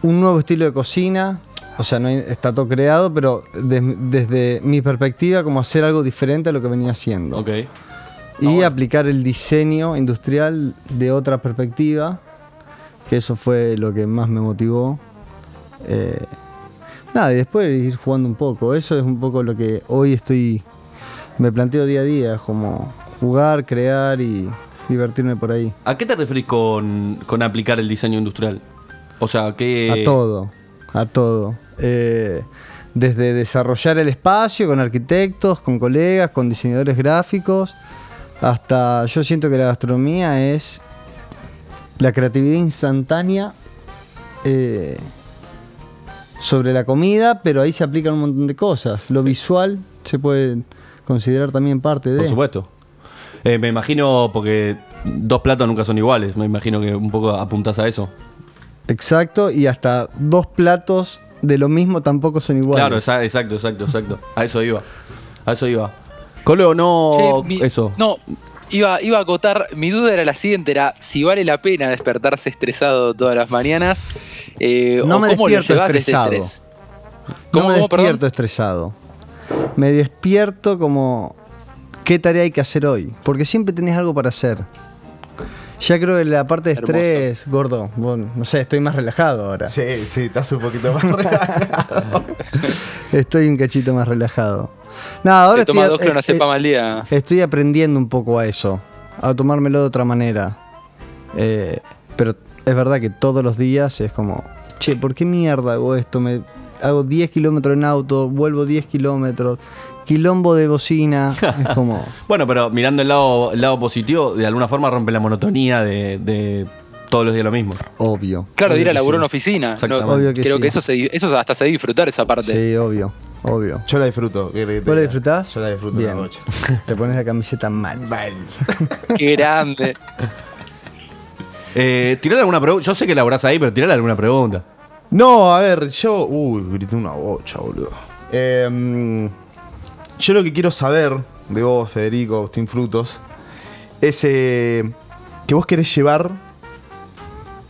Speaker 11: un nuevo estilo de cocina. O sea, no hay- está todo creado, pero des- desde mi perspectiva, como hacer algo diferente a lo que venía haciendo
Speaker 9: Ok.
Speaker 11: y aplicar el diseño industrial de otra perspectiva, que eso fue lo que más me motivó. Eh, nada, y después ir jugando un poco, eso es un poco lo que hoy estoy, me planteo día a día, como jugar, crear y divertirme por ahí,
Speaker 9: ¿A qué te referís con, con aplicar el diseño industrial? O sea, que...
Speaker 11: a todo, a todo. Eh, desde desarrollar el espacio con arquitectos, con colegas, con diseñadores gráficos, hasta yo siento que la gastronomía es la creatividad instantánea eh, sobre la comida, pero ahí se aplican un montón de cosas. Lo visual se puede considerar también parte de.
Speaker 9: Por supuesto. Eh, me imagino, porque dos platos nunca son iguales, me imagino que un poco apuntás a eso.
Speaker 11: Exacto, y hasta dos platos de lo mismo tampoco son iguales.
Speaker 9: Claro, exa- exacto, exacto, exacto. A eso iba. A eso iba. Colo,
Speaker 11: Oh,
Speaker 9: no...
Speaker 10: Che, mi-
Speaker 9: eso.
Speaker 10: No, iba, iba a acotar. Mi duda era la siguiente: era si vale la pena despertarse estresado todas las mañanas. eh,
Speaker 11: No
Speaker 10: o
Speaker 11: me
Speaker 10: cómo
Speaker 11: despierto
Speaker 10: lo llevas ese
Speaker 11: estresado.
Speaker 10: estrés.
Speaker 11: No
Speaker 10: ¿Cómo,
Speaker 11: me
Speaker 10: cómo,
Speaker 11: despierto
Speaker 10: perdón?
Speaker 11: estresado. Me despierto como qué tarea hay que hacer hoy, porque siempre tenés algo para hacer. Ya creo que la parte de
Speaker 10: Hermoso.
Speaker 11: estrés, gordo, vos- no sé, estoy más relajado ahora.
Speaker 8: sí, sí, estás un poquito más relajado.
Speaker 11: Estoy un cachito más relajado. Nada, ahora
Speaker 10: Te tomas
Speaker 11: estoy,
Speaker 10: dos
Speaker 11: eh,
Speaker 10: clonazepam
Speaker 11: eh,
Speaker 10: al día.
Speaker 11: estoy aprendiendo un poco a eso, a tomármelo de otra manera. Eh, pero es verdad que todos los días es como, che, ¿por qué mierda hago esto? Me, hago 10 kilómetros en auto, vuelvo 10 kilómetros, quilombo de bocina. es como.
Speaker 9: Bueno, pero mirando el lado, el lado positivo, de alguna forma rompe la monotonía de, de todos los días lo mismo.
Speaker 11: Obvio.
Speaker 10: Claro, de ir a
Speaker 9: que
Speaker 10: laburar
Speaker 9: sí.
Speaker 10: en una oficina.
Speaker 9: Exactamente.
Speaker 10: No,
Speaker 9: Obvio que
Speaker 10: creo
Speaker 9: sí.
Speaker 10: que eso, se, eso hasta se disfrutar esa parte.
Speaker 11: Sí, obvio, obvio.
Speaker 8: Yo la disfruto. ¿qué querés que te
Speaker 11: ¿Vos la
Speaker 8: diga?
Speaker 11: disfrutás?
Speaker 8: Yo la disfruto
Speaker 11: Bien.
Speaker 8: una bocha.
Speaker 11: Te pones la camiseta mal.
Speaker 8: Mal.
Speaker 10: Qué grande.
Speaker 9: Eh, tirale alguna pregunta. Yo sé que laburás ahí, pero tirale alguna pregunta.
Speaker 8: No, a ver, yo. Uy, grité una bocha, boludo. Em, yo lo que quiero saber de vos, Federico, Agustín Frutos, es eh, que vos querés llevar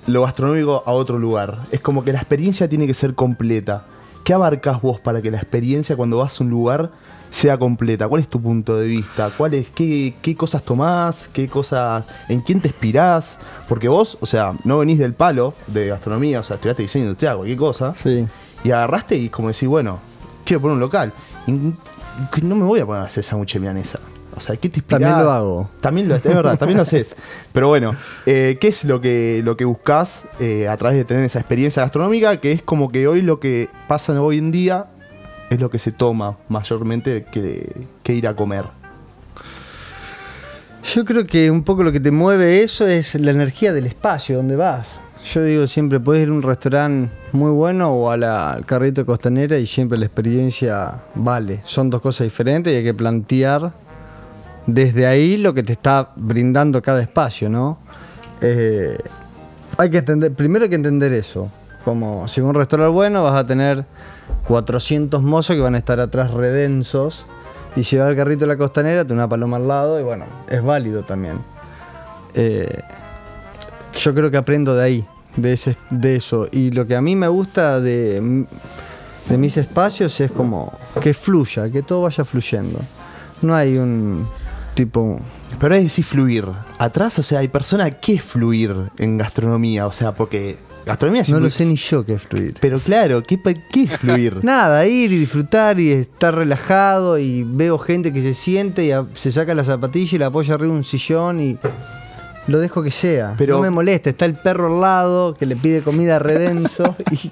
Speaker 8: lo gastronómico a otro lugar. Es como que la experiencia tiene que ser completa. ¿Qué abarcas vos para que la experiencia cuando vas a un lugar sea completa? ¿Cuál es tu punto de vista? ¿Cuál es, qué, qué cosas tomás? ¿Qué cosas, ¿En quién te inspirás? Porque vos, o sea, no venís del palo de gastronomía, o sea, estudiaste diseño industrial, cualquier cosa.
Speaker 11: Sí.
Speaker 8: Y agarraste y como decís, bueno, quiero poner un local. Y no me voy a poner a hacer sándwiches milanesa. O sea, ¿qué te inspirás?
Speaker 11: También lo hago.
Speaker 8: También lo, es verdad, también lo haces. Pero bueno, eh, ¿qué es lo que, lo que buscas eh, a través de tener esa experiencia gastronómica? Que es como que hoy lo que pasa hoy en día es lo que se toma mayormente que, que ir a comer.
Speaker 11: Yo creo que un poco lo que te mueve eso es la energía del espacio donde vas. Yo digo siempre, puedes ir a un restaurante muy bueno o a la- al carrito de costanera y siempre la experiencia vale. Son dos cosas diferentes y hay que plantear desde ahí lo que te está brindando cada espacio, ¿no? Eh, hay que entender, primero hay que entender eso. Como si vas a un restaurante bueno vas a tener 400 mozos que van a estar atrás redensos y llevar el carrito a la costanera, tener una paloma al lado y bueno, es válido también. Eh, yo creo que aprendo de ahí, de, ese, de eso. Y lo que a mí me gusta de, de mis espacios es como que fluya, que todo vaya fluyendo. No hay un tipo...
Speaker 8: Pero ahí decís fluir. Atrás, o sea, hay personas que es fluir en gastronomía. O sea, porque gastronomía es
Speaker 11: No lo
Speaker 8: incluso-
Speaker 11: sé ni yo qué es fluir.
Speaker 8: Pero claro, ¿qué, pa- qué es fluir?
Speaker 11: Nada, ir y disfrutar y estar relajado y veo gente que se siente y a- se saca la zapatilla y la apoya arriba de un sillón y lo dejo que sea.
Speaker 8: Pero-
Speaker 11: no me molesta, está el perro al lado que le pide comida a Redenso y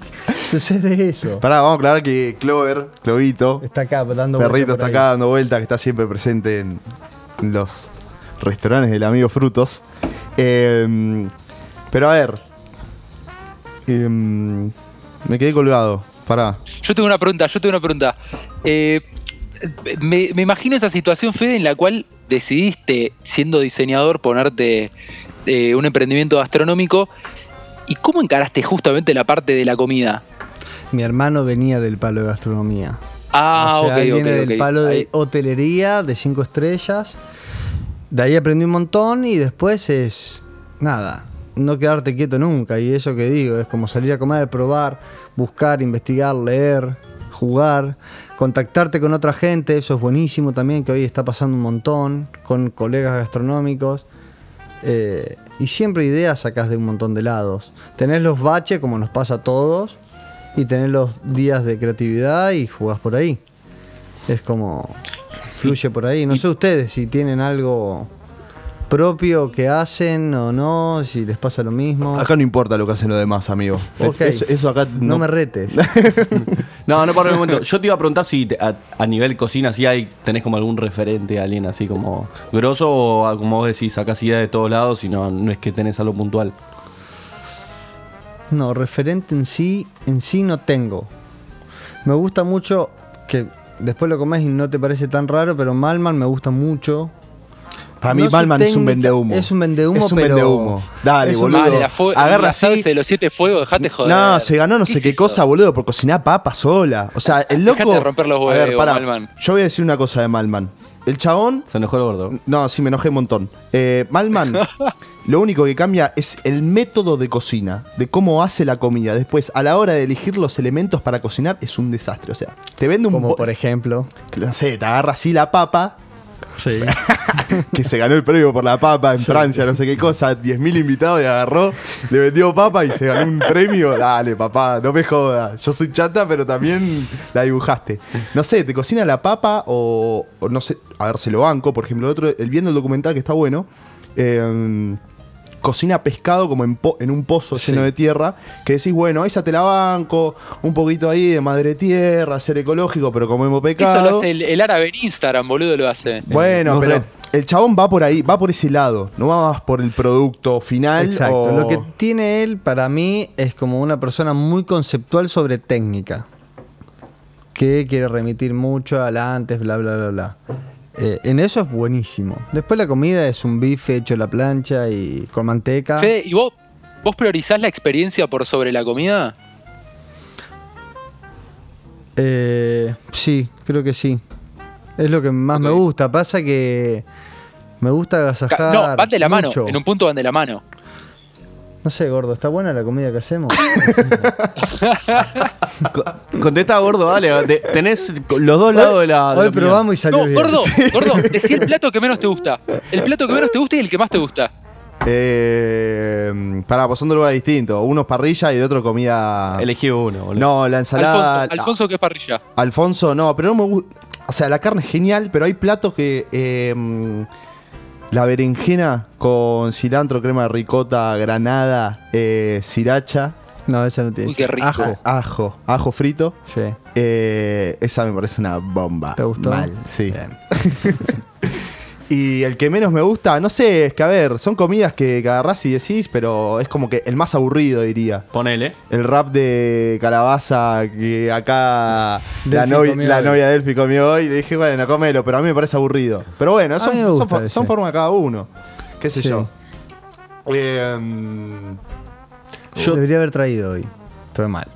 Speaker 11: sucede eso.
Speaker 8: Pará, vamos a aclarar que Clover, Clovito,
Speaker 11: Está acá dando
Speaker 8: Perrito
Speaker 11: vueltas por
Speaker 8: está
Speaker 11: ahí.
Speaker 8: acá dando vueltas, que está siempre presente en los restaurantes del amigo Frutos. Eh, pero a ver. eh, me quedé colgado. Pará.
Speaker 10: Yo tengo una pregunta, yo tengo una pregunta. Eh, me, me imagino esa situación, Fede, en la cual decidiste, siendo diseñador, ponerte eh, un emprendimiento gastronómico. ¿Y cómo encaraste justamente la parte de la comida?
Speaker 11: Mi hermano venía del palo de gastronomía.
Speaker 10: Ah,
Speaker 11: O sea,
Speaker 10: ok,
Speaker 11: él
Speaker 10: ok,
Speaker 11: viene del
Speaker 10: ok.
Speaker 11: palo
Speaker 10: Ahí-
Speaker 11: de hotelería, de cinco estrellas. De ahí aprendí un montón y después es nada, no quedarte quieto nunca. Y eso que digo, es como salir a comer, probar, buscar, investigar, leer, jugar, contactarte con otra gente, eso es buenísimo también, que hoy está pasando un montón, con colegas gastronómicos. Eh, y siempre ideas sacás de un montón de lados. Tenés los baches, como nos pasa a todos, y tenés los días de creatividad y jugás por ahí. Es como. fluye por ahí. No sé ustedes si tienen algo propio que hacen o no, si les pasa lo mismo.
Speaker 8: Acá no importa lo que hacen los demás, amigo.
Speaker 11: Ok.
Speaker 8: Eso, eso acá
Speaker 11: No me retes.
Speaker 9: No, no para un momento. Yo te iba a preguntar si te- a, a nivel cocina si hay, tenés como algún referente a alguien así como grosso o a- como vos decís, sacás ideas de todos lados y no, no es que tenés algo puntual.
Speaker 11: No, referente en sí, en sí no tengo. Me gusta mucho que después lo comes y no te parece tan raro, pero Malman me gusta mucho.
Speaker 8: Para mí,
Speaker 11: No su
Speaker 8: Malman es un
Speaker 11: técnica-
Speaker 8: vendehumo.
Speaker 11: es un vendehumo,
Speaker 8: Es un
Speaker 11: pero-
Speaker 8: vendehumo. Dale,
Speaker 11: es un-
Speaker 8: boludo.
Speaker 10: Ah, de la fue-
Speaker 8: Agarra
Speaker 10: la
Speaker 8: así.
Speaker 10: salsa de los siete fuegos, dejate joder.
Speaker 8: No, se ganó no sé qué
Speaker 10: es eso?
Speaker 8: cosa, boludo, por cocinar papa sola. O sea, el
Speaker 10: Dejate
Speaker 8: loco.
Speaker 10: de romper los
Speaker 8: a ver,
Speaker 10: huevos,
Speaker 8: pará.
Speaker 10: Malman.
Speaker 8: Yo voy a decir una cosa de Malman. El chabón
Speaker 9: Se enojó el gordo.
Speaker 8: No, sí, me enojé un montón. Eh, Malman, lo único que cambia es el método de cocina, de cómo hace la comida. Después, a la hora de elegir los elementos para cocinar, es un desastre. O sea, te vende un.
Speaker 11: Como
Speaker 8: bo-
Speaker 11: por ejemplo.
Speaker 8: No sé, te agarra así la papa,
Speaker 11: Sí.
Speaker 8: que se ganó el premio por la papa en Francia, no sé qué cosa. 10.000 invitados y agarró, le vendió papa y se ganó un premio. Dale, papá, no me jodas. Yo soy chata, pero también la dibujaste. No sé, te cocina la papa o, o no sé, a ver, se lo banco. Por ejemplo, el otro, el viendo el documental que está bueno, eh, cocina pescado como en, po- en un pozo lleno de tierra, que decís, bueno, esa te la banco, un poquito ahí de madre tierra, ser ecológico, pero comemos pescado.
Speaker 10: Eso lo hace el, el árabe en Instagram, boludo, lo hace.
Speaker 11: Eh,
Speaker 8: Bueno, pero el chabón va por ahí, va por ese lado, no va más por el producto final.
Speaker 11: Exacto.
Speaker 8: o-
Speaker 11: Lo que tiene él para mí es como una persona muy conceptual sobre técnica. Que quiere remitir mucho al antes, bla, bla, bla, bla. Eh, en eso es buenísimo. Después la comida es un bife hecho a la plancha y con manteca.
Speaker 10: Fede, ¿y vos, vos priorizás la experiencia por sobre la comida?
Speaker 11: Eh, sí, creo que sí. Es lo que más me gusta. Pasa que me gusta
Speaker 10: Ca-
Speaker 11: agasajar.
Speaker 10: No, van de la mano.
Speaker 11: mucho.
Speaker 10: En un punto van de la mano.
Speaker 11: No sé, gordo, ¿está buena la comida que hacemos?
Speaker 9: Contesta gordo, dale. te- tenés los dos lados de la. de la
Speaker 11: Hoy
Speaker 9: opinión.
Speaker 11: probamos y salió
Speaker 10: No,
Speaker 11: bien.
Speaker 10: gordo, gordo, decí el plato que menos te gusta. El plato que menos te gusta y el que más te gusta.
Speaker 8: Eh, pará, pues son dos lugares distintos. Uno es parrilla y el otro comida.
Speaker 9: Elegí uno, boludo.
Speaker 8: No, la ensalada.
Speaker 10: Alfonso, Alfonso que es parrilla.
Speaker 8: Alfonso, no, pero no me gusta. O sea, la carne es genial, pero hay platos que. eh, mm, la berenjena con cilantro, crema de ricota, granada, eh, sriracha.
Speaker 11: No, esa no tiene.
Speaker 10: Uy, qué rico.
Speaker 8: Ajo. Ajo. Ajo frito.
Speaker 11: Sí.
Speaker 8: Eh, esa me parece una bomba.
Speaker 11: ¿Te gustó?
Speaker 8: Mal, sí. y el que menos me gusta, no sé, es que a ver, son comidas que que agarrás y decís, pero es como que el más aburrido, diría.
Speaker 9: Ponele.
Speaker 8: El rap de calabaza que acá la,
Speaker 11: Delphi
Speaker 8: novia-
Speaker 11: comió
Speaker 8: la
Speaker 11: hoy.
Speaker 8: novia de Delphi comió hoy. Le dije, bueno, comelo, pero a mí me parece aburrido. Pero bueno,
Speaker 11: A
Speaker 8: son,
Speaker 11: mí me
Speaker 8: son
Speaker 11: gusta
Speaker 8: fo-
Speaker 11: ese.
Speaker 8: son formas de cada uno. Qué sé
Speaker 11: Sí.
Speaker 8: yo. Em,
Speaker 9: Yo-
Speaker 11: Debería haber traído hoy. Estuve mal.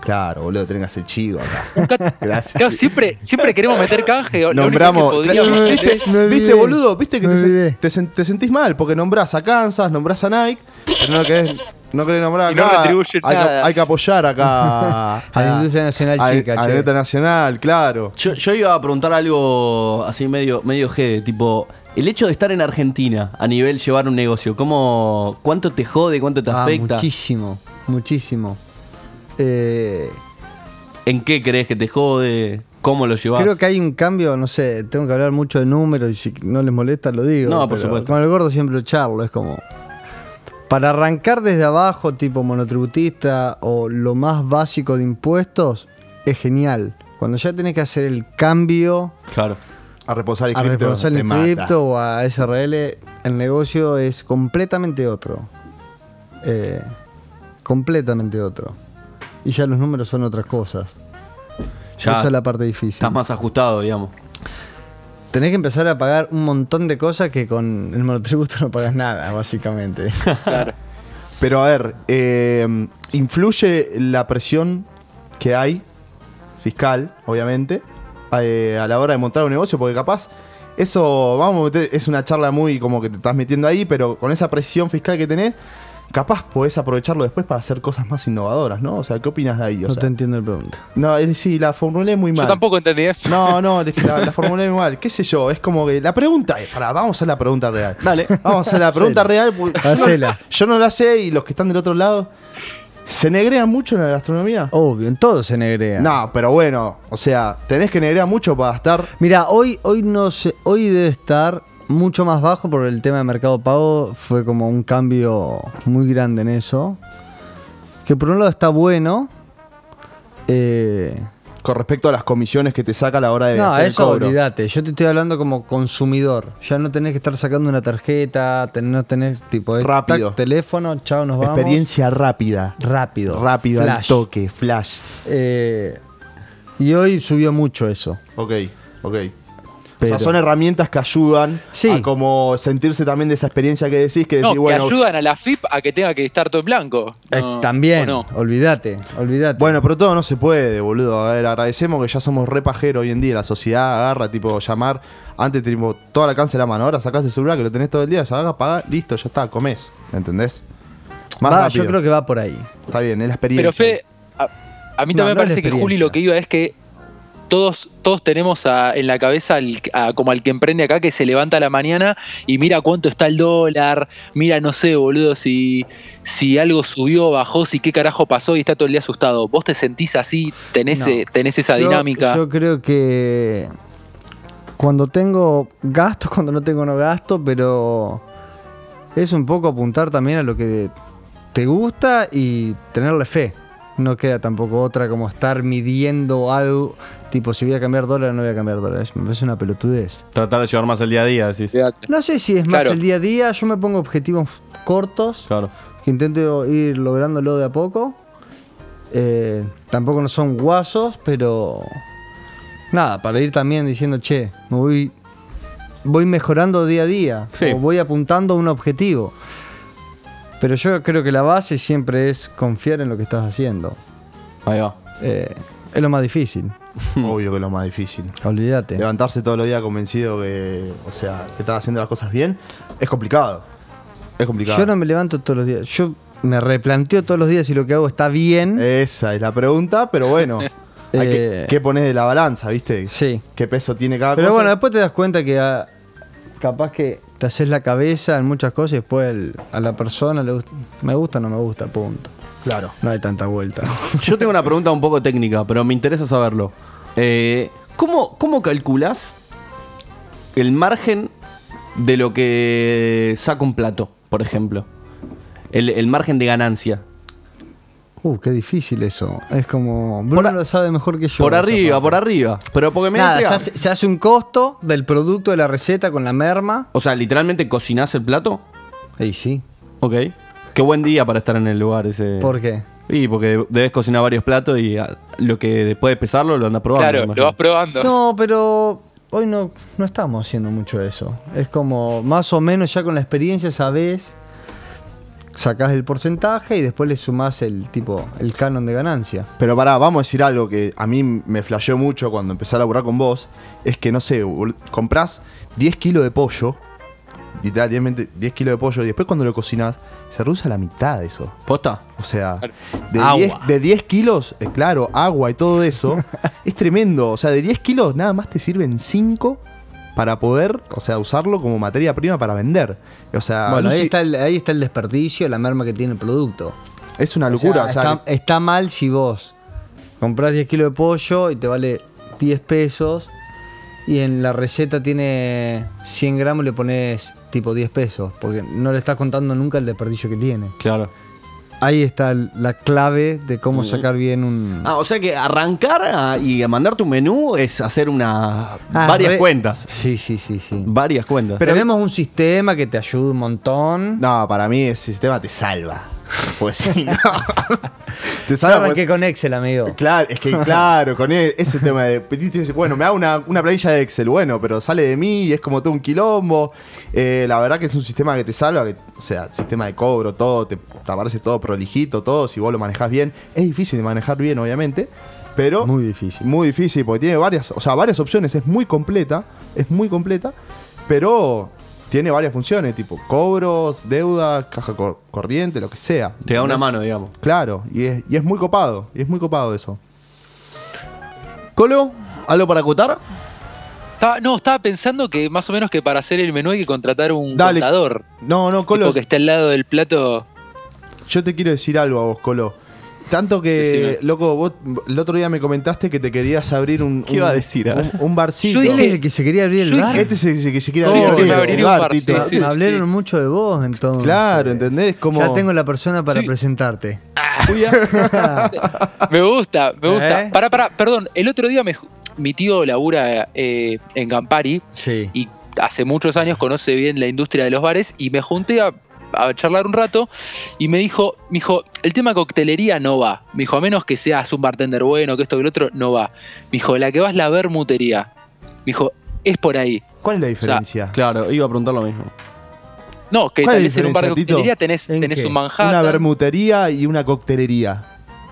Speaker 8: claro, boludo, tengas el chivo acá. Gracias.
Speaker 10: Claro, siempre, siempre queremos meter canje. lo único que
Speaker 8: Nombramos.
Speaker 10: podríamos
Speaker 8: Claro, este-
Speaker 10: meter
Speaker 8: ¿Viste,
Speaker 10: es-
Speaker 11: Me olvidé.
Speaker 8: viste, boludo? ¿Viste que
Speaker 11: Me
Speaker 8: te, sen-
Speaker 11: olvidé.
Speaker 8: te sen- te sentís mal? Porque nombrás a Kansas, nombrás a Nike, pero no querés, no querés nombrar
Speaker 10: Y no
Speaker 8: acá. hay,
Speaker 10: retribuyen
Speaker 8: que-
Speaker 10: nada.
Speaker 8: hay que apoyar acá.
Speaker 11: A la industria nacional
Speaker 8: a-
Speaker 11: chica,
Speaker 8: A
Speaker 11: che.
Speaker 8: la industria nacional, claro.
Speaker 9: Yo, yo iba a preguntar algo así medio, medio G, tipo, el hecho de estar en Argentina a nivel llevar un negocio, ¿cómo, ¿cuánto te jode, cuánto te
Speaker 11: Ah,
Speaker 9: afecta?
Speaker 11: muchísimo, muchísimo. Eh,
Speaker 9: ¿En qué crees que te jode? ¿Cómo lo llevas?
Speaker 11: creo que hay un cambio, no sé, tengo que hablar mucho de números y si no les molesta lo digo.
Speaker 9: No, por
Speaker 11: pero
Speaker 9: supuesto.
Speaker 11: Con el gordo siempre lo charlo, es como... Para arrancar desde abajo, tipo monotributista o lo más básico de impuestos, es genial. Cuando ya tenés que hacer el cambio
Speaker 9: Claro.
Speaker 8: A reposar el
Speaker 11: a
Speaker 8: cripto.
Speaker 11: responsable
Speaker 8: te mata.
Speaker 11: cripto o a SRL, el negocio es completamente otro. Eh, completamente otro. Y ya los números son otras cosas.
Speaker 9: Ya
Speaker 11: Esa es la parte difícil.
Speaker 9: estás más ajustado, digamos.
Speaker 11: Tenés que empezar a pagar un montón de cosas que con el monotributo no pagas nada, básicamente.
Speaker 10: Claro.
Speaker 8: Pero a ver, eh, influye la presión que hay, fiscal, obviamente, eh, a la hora de montar un negocio, porque capaz, eso, vamos a meter, es una charla muy como que te estás metiendo ahí, pero con esa presión fiscal que tenés, capaz podés aprovecharlo después para hacer cosas más innovadoras, ¿no? O sea, ¿qué opinas de ahí? O
Speaker 11: no
Speaker 8: sea,
Speaker 11: te entiendo la pregunta.
Speaker 8: no, es- sí, la formulé muy mal.
Speaker 10: Yo tampoco entendí. ¿eh?
Speaker 8: No, no, es que la, la formulé muy mal. ¿Qué sé yo? Es como que la pregunta es, pará, vamos a la pregunta real.
Speaker 9: Dale.
Speaker 8: Vamos a la pregunta
Speaker 11: Hacela.
Speaker 8: real. porque Yo no,
Speaker 11: Hacela.
Speaker 8: yo no la sé y los que están del otro lado. ¿Se negrea mucho en la gastronomía?
Speaker 11: Obvio, en todo se negrea.
Speaker 8: No, pero bueno, o sea, tenés que negrear mucho para estar.
Speaker 11: Mira, hoy, hoy no sé, hoy debe estar mucho más bajo por el tema de mercado pago. Fue como un cambio muy grande en eso. Que por un lado está bueno. eh,
Speaker 8: Con respecto a las comisiones que te saca a la hora de
Speaker 11: no,
Speaker 8: hacer el
Speaker 11: eso
Speaker 8: cobro.
Speaker 11: olvídate. Yo te estoy hablando como consumidor. Ya no tenés que estar sacando una tarjeta, ten- no tenés tipo eh,
Speaker 8: Rápido.
Speaker 11: tac, teléfono, chao, nos vamos.
Speaker 8: Experiencia rápida.
Speaker 11: rápido.
Speaker 8: Rápido, al
Speaker 11: flash.
Speaker 8: toque, flash.
Speaker 11: Eh, y hoy subió mucho eso.
Speaker 8: Ok, ok.
Speaker 11: Pero-
Speaker 8: o sea, son herramientas que ayudan
Speaker 11: Sí.
Speaker 8: a como sentirse también de esa experiencia que decís, que
Speaker 10: No,
Speaker 8: decís,
Speaker 10: que
Speaker 8: bueno,
Speaker 10: ayudan a la FIP a que tenga que estar todo en blanco.
Speaker 11: Eh,
Speaker 10: No,
Speaker 11: También,
Speaker 10: ¿o no?
Speaker 11: olvídate, olvídate.
Speaker 8: Bueno, pero todo no se puede, boludo. A ver, agradecemos que ya somos re pajero hoy en día. La sociedad agarra, tipo, llamar. Antes, tipo, todo al alcance de la mano. Ahora sacás el celular que lo tenés todo el día, ya haga, paga, listo, ya está, comés. ¿Entendés? Más
Speaker 11: Va,
Speaker 8: rápido.
Speaker 11: yo creo que va por ahí.
Speaker 8: Está bien, es la experiencia.
Speaker 10: Pero Fe, a, a mí
Speaker 11: No,
Speaker 10: también me
Speaker 11: no es la
Speaker 10: parece que Juli
Speaker 11: experiencia.
Speaker 10: lo que iba es que todos, todos tenemos a- en la cabeza al- a- como al que emprende acá que se levanta a la mañana y mira cuánto está el dólar, mira, no sé, boludo, si, si algo subió, bajó, si qué carajo pasó y está todo el día asustado. ¿Vos te sentís así? ¿Tenés,
Speaker 11: No.
Speaker 10: eh, tenés esa
Speaker 11: Yo-
Speaker 10: dinámica?
Speaker 11: Yo creo que cuando tengo gastos, cuando no tengo no gasto, pero es un poco apuntar también a lo que te gusta y tenerle fe. No queda tampoco otra como estar midiendo algo, tipo si voy a cambiar dólar o no voy a cambiar dólar. Es- Me parece una pelotudez.
Speaker 9: Tratar de llevar más el día a día, decís.
Speaker 11: No sé si es más
Speaker 9: Claro.
Speaker 11: el día a día, yo me pongo objetivos cortos,
Speaker 9: Claro.
Speaker 11: que intento ir lográndolo de a poco. Eh, tampoco no son guasos, pero nada, para ir también diciendo, che, me voy, voy mejorando día a día,
Speaker 9: Sí.
Speaker 11: o voy apuntando a un objetivo. Pero yo creo que la base siempre es confiar en lo que estás haciendo. Eh,
Speaker 9: Ahí va.
Speaker 11: es lo más difícil.
Speaker 8: Obvio que es lo más difícil.
Speaker 11: Olvídate.
Speaker 8: Levantarse todos los días convencido que, o sea, que estás haciendo las cosas bien, es complicado. Es complicado.
Speaker 11: Yo no me levanto todos los días. Yo me replanteo todos los días si lo que hago está bien.
Speaker 8: Esa es la pregunta, pero bueno. hay que-
Speaker 11: Eh.
Speaker 8: ¿Qué pones de la balanza, viste?
Speaker 11: Sí.
Speaker 8: ¿Qué peso tiene cada
Speaker 11: Pero
Speaker 8: cosa?
Speaker 11: bueno, después te das cuenta que ah, capaz que te haces la cabeza en muchas cosas y después el- a la persona le gusta, me gusta o no me gusta, punto.
Speaker 8: Claro.
Speaker 11: No hay tanta vuelta.
Speaker 9: Yo tengo una pregunta un poco técnica, pero me interesa saberlo. Eh, ¿cómo, ¿Cómo calculás el margen de lo que saca un plato, por ejemplo? El, el margen de ganancia.
Speaker 11: Uh, qué difícil eso. Es como. Bruno lo sabe mejor que yo.
Speaker 9: por
Speaker 11: esa
Speaker 9: arriba,
Speaker 11: parte.
Speaker 9: por arriba. Pero porque me
Speaker 11: Nada,
Speaker 9: intriga.
Speaker 11: se hace, se hace un costo del producto de la receta con la merma.
Speaker 9: O sea, literalmente cocinás el plato.
Speaker 11: Y sí.
Speaker 9: Ok. Qué buen día para estar en el lugar ese.
Speaker 11: ¿Por qué?
Speaker 9: Y porque debes cocinar varios platos y ah, lo que después de pesarlo lo andas probando. me
Speaker 10: Claro,
Speaker 9: imagino.
Speaker 10: lo vas probando.
Speaker 11: No, pero hoy no, no estamos haciendo mucho eso. Es como, más o menos ya con la experiencia sabés, sacás el porcentaje y después le sumás el tipo, el canon de ganancia.
Speaker 8: Pero pará, vamos a decir algo que a mí me flasheó mucho cuando empecé a laburar con vos. Es que, no sé, bol- comprás 10 kilos de pollo, literalmente 10 kilos de pollo, y después cuando lo cocinás, se reduce a la mitad de eso.
Speaker 9: ¿Posta?
Speaker 8: O sea, de
Speaker 9: Agua.
Speaker 8: 10, de 10 kilos, eh, claro, agua y todo eso, es tremendo. O sea, de 10 kilos nada más te sirven 5 para poder, o sea, usarlo como materia prima para vender. O sea,
Speaker 11: bueno,
Speaker 8: no
Speaker 11: ahí
Speaker 8: sé-
Speaker 11: está, el, ahí está el desperdicio, la merma que tiene el producto.
Speaker 8: es una
Speaker 11: O sea,
Speaker 8: locura. O sea,
Speaker 11: está, está mal si vos comprás 10 kilos de pollo y te vale 10 pesos y en la receta tiene 100 gramos y le pones tipo 10 pesos, porque no le estás contando nunca el desperdicio que tiene.
Speaker 9: Claro.
Speaker 11: Ahí está l- la clave de cómo
Speaker 9: Ujú.
Speaker 11: sacar bien un.
Speaker 9: Ah, o sea que arrancar a- y a mandar tu menú es hacer una
Speaker 11: Ah,
Speaker 9: varias
Speaker 11: re-
Speaker 9: cuentas.
Speaker 11: Sí, sí, sí, sí.
Speaker 9: Varias cuentas.
Speaker 11: Pero tenemos un sistema que te ayuda un montón.
Speaker 8: No, para mí ese sistema te salva. Pues sí, no. te
Speaker 11: Yo
Speaker 8: salva.
Speaker 11: arranqué
Speaker 8: pues-
Speaker 11: con Excel, amigo.
Speaker 8: Claro, es que claro, con e- ese tema de. Bueno, me hago una, una planilla de Excel, bueno, pero sale de mí y es como todo un quilombo. Eh, la verdad que es un sistema que te salva, que- o sea, sistema de cobro, todo, te, te aparece todo prolijito, todo, si vos lo manejás bien. Es difícil de manejar bien, obviamente, pero.
Speaker 11: Muy difícil.
Speaker 8: Muy difícil, porque tiene varias, o sea, varias opciones, es muy completa, es muy completa, pero tiene varias funciones, tipo cobros, deuda, caja cor- corriente, lo que sea.
Speaker 9: Te da una
Speaker 8: ¿Entendés?
Speaker 9: mano, digamos.
Speaker 8: Claro, y es, y es muy copado, y es muy copado eso.
Speaker 9: Colo, ¿algo para acotar?
Speaker 10: Estaba- no, estaba pensando que más o menos que para hacer el menú hay que contratar un
Speaker 8: Dale.
Speaker 10: contador.
Speaker 8: No, no, Colo,
Speaker 10: Tipo que esté al lado del plato.
Speaker 8: yo te quiero decir algo a vos, Colo. Tanto que,
Speaker 10: Decime.
Speaker 8: loco, vos el otro día me comentaste que te querías abrir un,
Speaker 9: ¿Qué
Speaker 8: un-
Speaker 9: iba a decir, ah? a ver?
Speaker 8: un, un barcito.
Speaker 11: Él es el que se quería abrir el
Speaker 10: Yo
Speaker 11: bar.
Speaker 8: Este es el que se quiere
Speaker 11: Oh,
Speaker 8: abrir,
Speaker 11: yo
Speaker 8: el
Speaker 11: quería
Speaker 10: abrir un
Speaker 8: bar,
Speaker 10: bar,
Speaker 8: Tito.
Speaker 10: sí,
Speaker 11: Me hablaron mucho de vos, entonces.
Speaker 8: Claro, ¿entendés? Como...
Speaker 11: Ya tengo la persona para presentarte.
Speaker 10: Me gusta, me gusta.
Speaker 11: ¿Eh?
Speaker 10: Pará, pará, perdón. El otro día me ju- mi tío labura eh, en Campari
Speaker 11: Sí.
Speaker 10: y hace muchos años conoce bien la industria de los bares y me junté a, a charlar un rato y me dijo, me dijo, el tema coctelería no va. Me dijo, a menos que seas un bartender bueno, que esto, que el otro, no va. Me dijo, la que vas la bermutería. Me dijo, es por ahí.
Speaker 8: ¿Cuál es la diferencia?
Speaker 9: Claro, iba a preguntar lo mismo.
Speaker 10: No, que
Speaker 8: ¿Cuál es
Speaker 10: tal
Speaker 8: la
Speaker 10: vez en un bar de
Speaker 8: diferencia, Tito?
Speaker 10: coctelería tenés,
Speaker 11: ¿En
Speaker 10: tenés
Speaker 11: qué?
Speaker 10: un Manhattan.
Speaker 8: Una bermutería y una coctelería.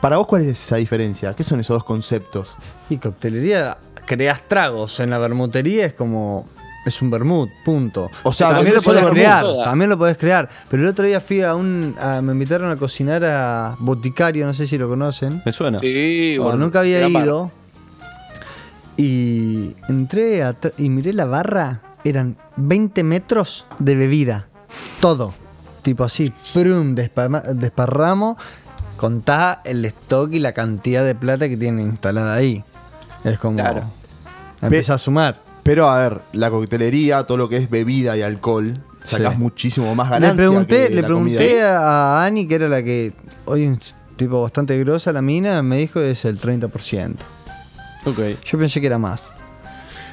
Speaker 8: Para vos, ¿cuál es esa diferencia? ¿Qué son esos dos conceptos?
Speaker 11: Y coctelería, creas tragos. En la bermutería es como. Es un vermut, punto.
Speaker 8: O sea,
Speaker 11: también
Speaker 8: vos
Speaker 11: lo
Speaker 8: sos
Speaker 11: podés
Speaker 8: vermut.
Speaker 11: crear.
Speaker 10: Soda.
Speaker 11: También lo podés crear. Pero el otro día fui a un. a- me invitaron a cocinar a Boticario, no sé si lo conocen.
Speaker 9: Me suena.
Speaker 10: Sí,
Speaker 8: Oh,
Speaker 11: O
Speaker 10: bueno,
Speaker 11: nunca había
Speaker 10: gran bar.
Speaker 11: ido. Y entré a tra- y miré la barra. Eran 20 metros de bebida. Todo. Tipo así, prum, desparma- desparramo. Contá el stock y la cantidad de plata que tienen instalada ahí. Es como.
Speaker 10: Claro.
Speaker 11: Empieza a sumar.
Speaker 8: Ah. Pero a ver, la coctelería, todo lo que es bebida y alcohol,
Speaker 13: sacás
Speaker 8: Sí.
Speaker 13: muchísimo más ganancia.
Speaker 8: Le pregunté,
Speaker 13: que
Speaker 8: le
Speaker 13: la comida.
Speaker 8: pregunté a Ani, que era la que hoy es tipo bastante grosa la mina, me dijo que es el 30%.
Speaker 9: Ok.
Speaker 8: Yo pensé que era más.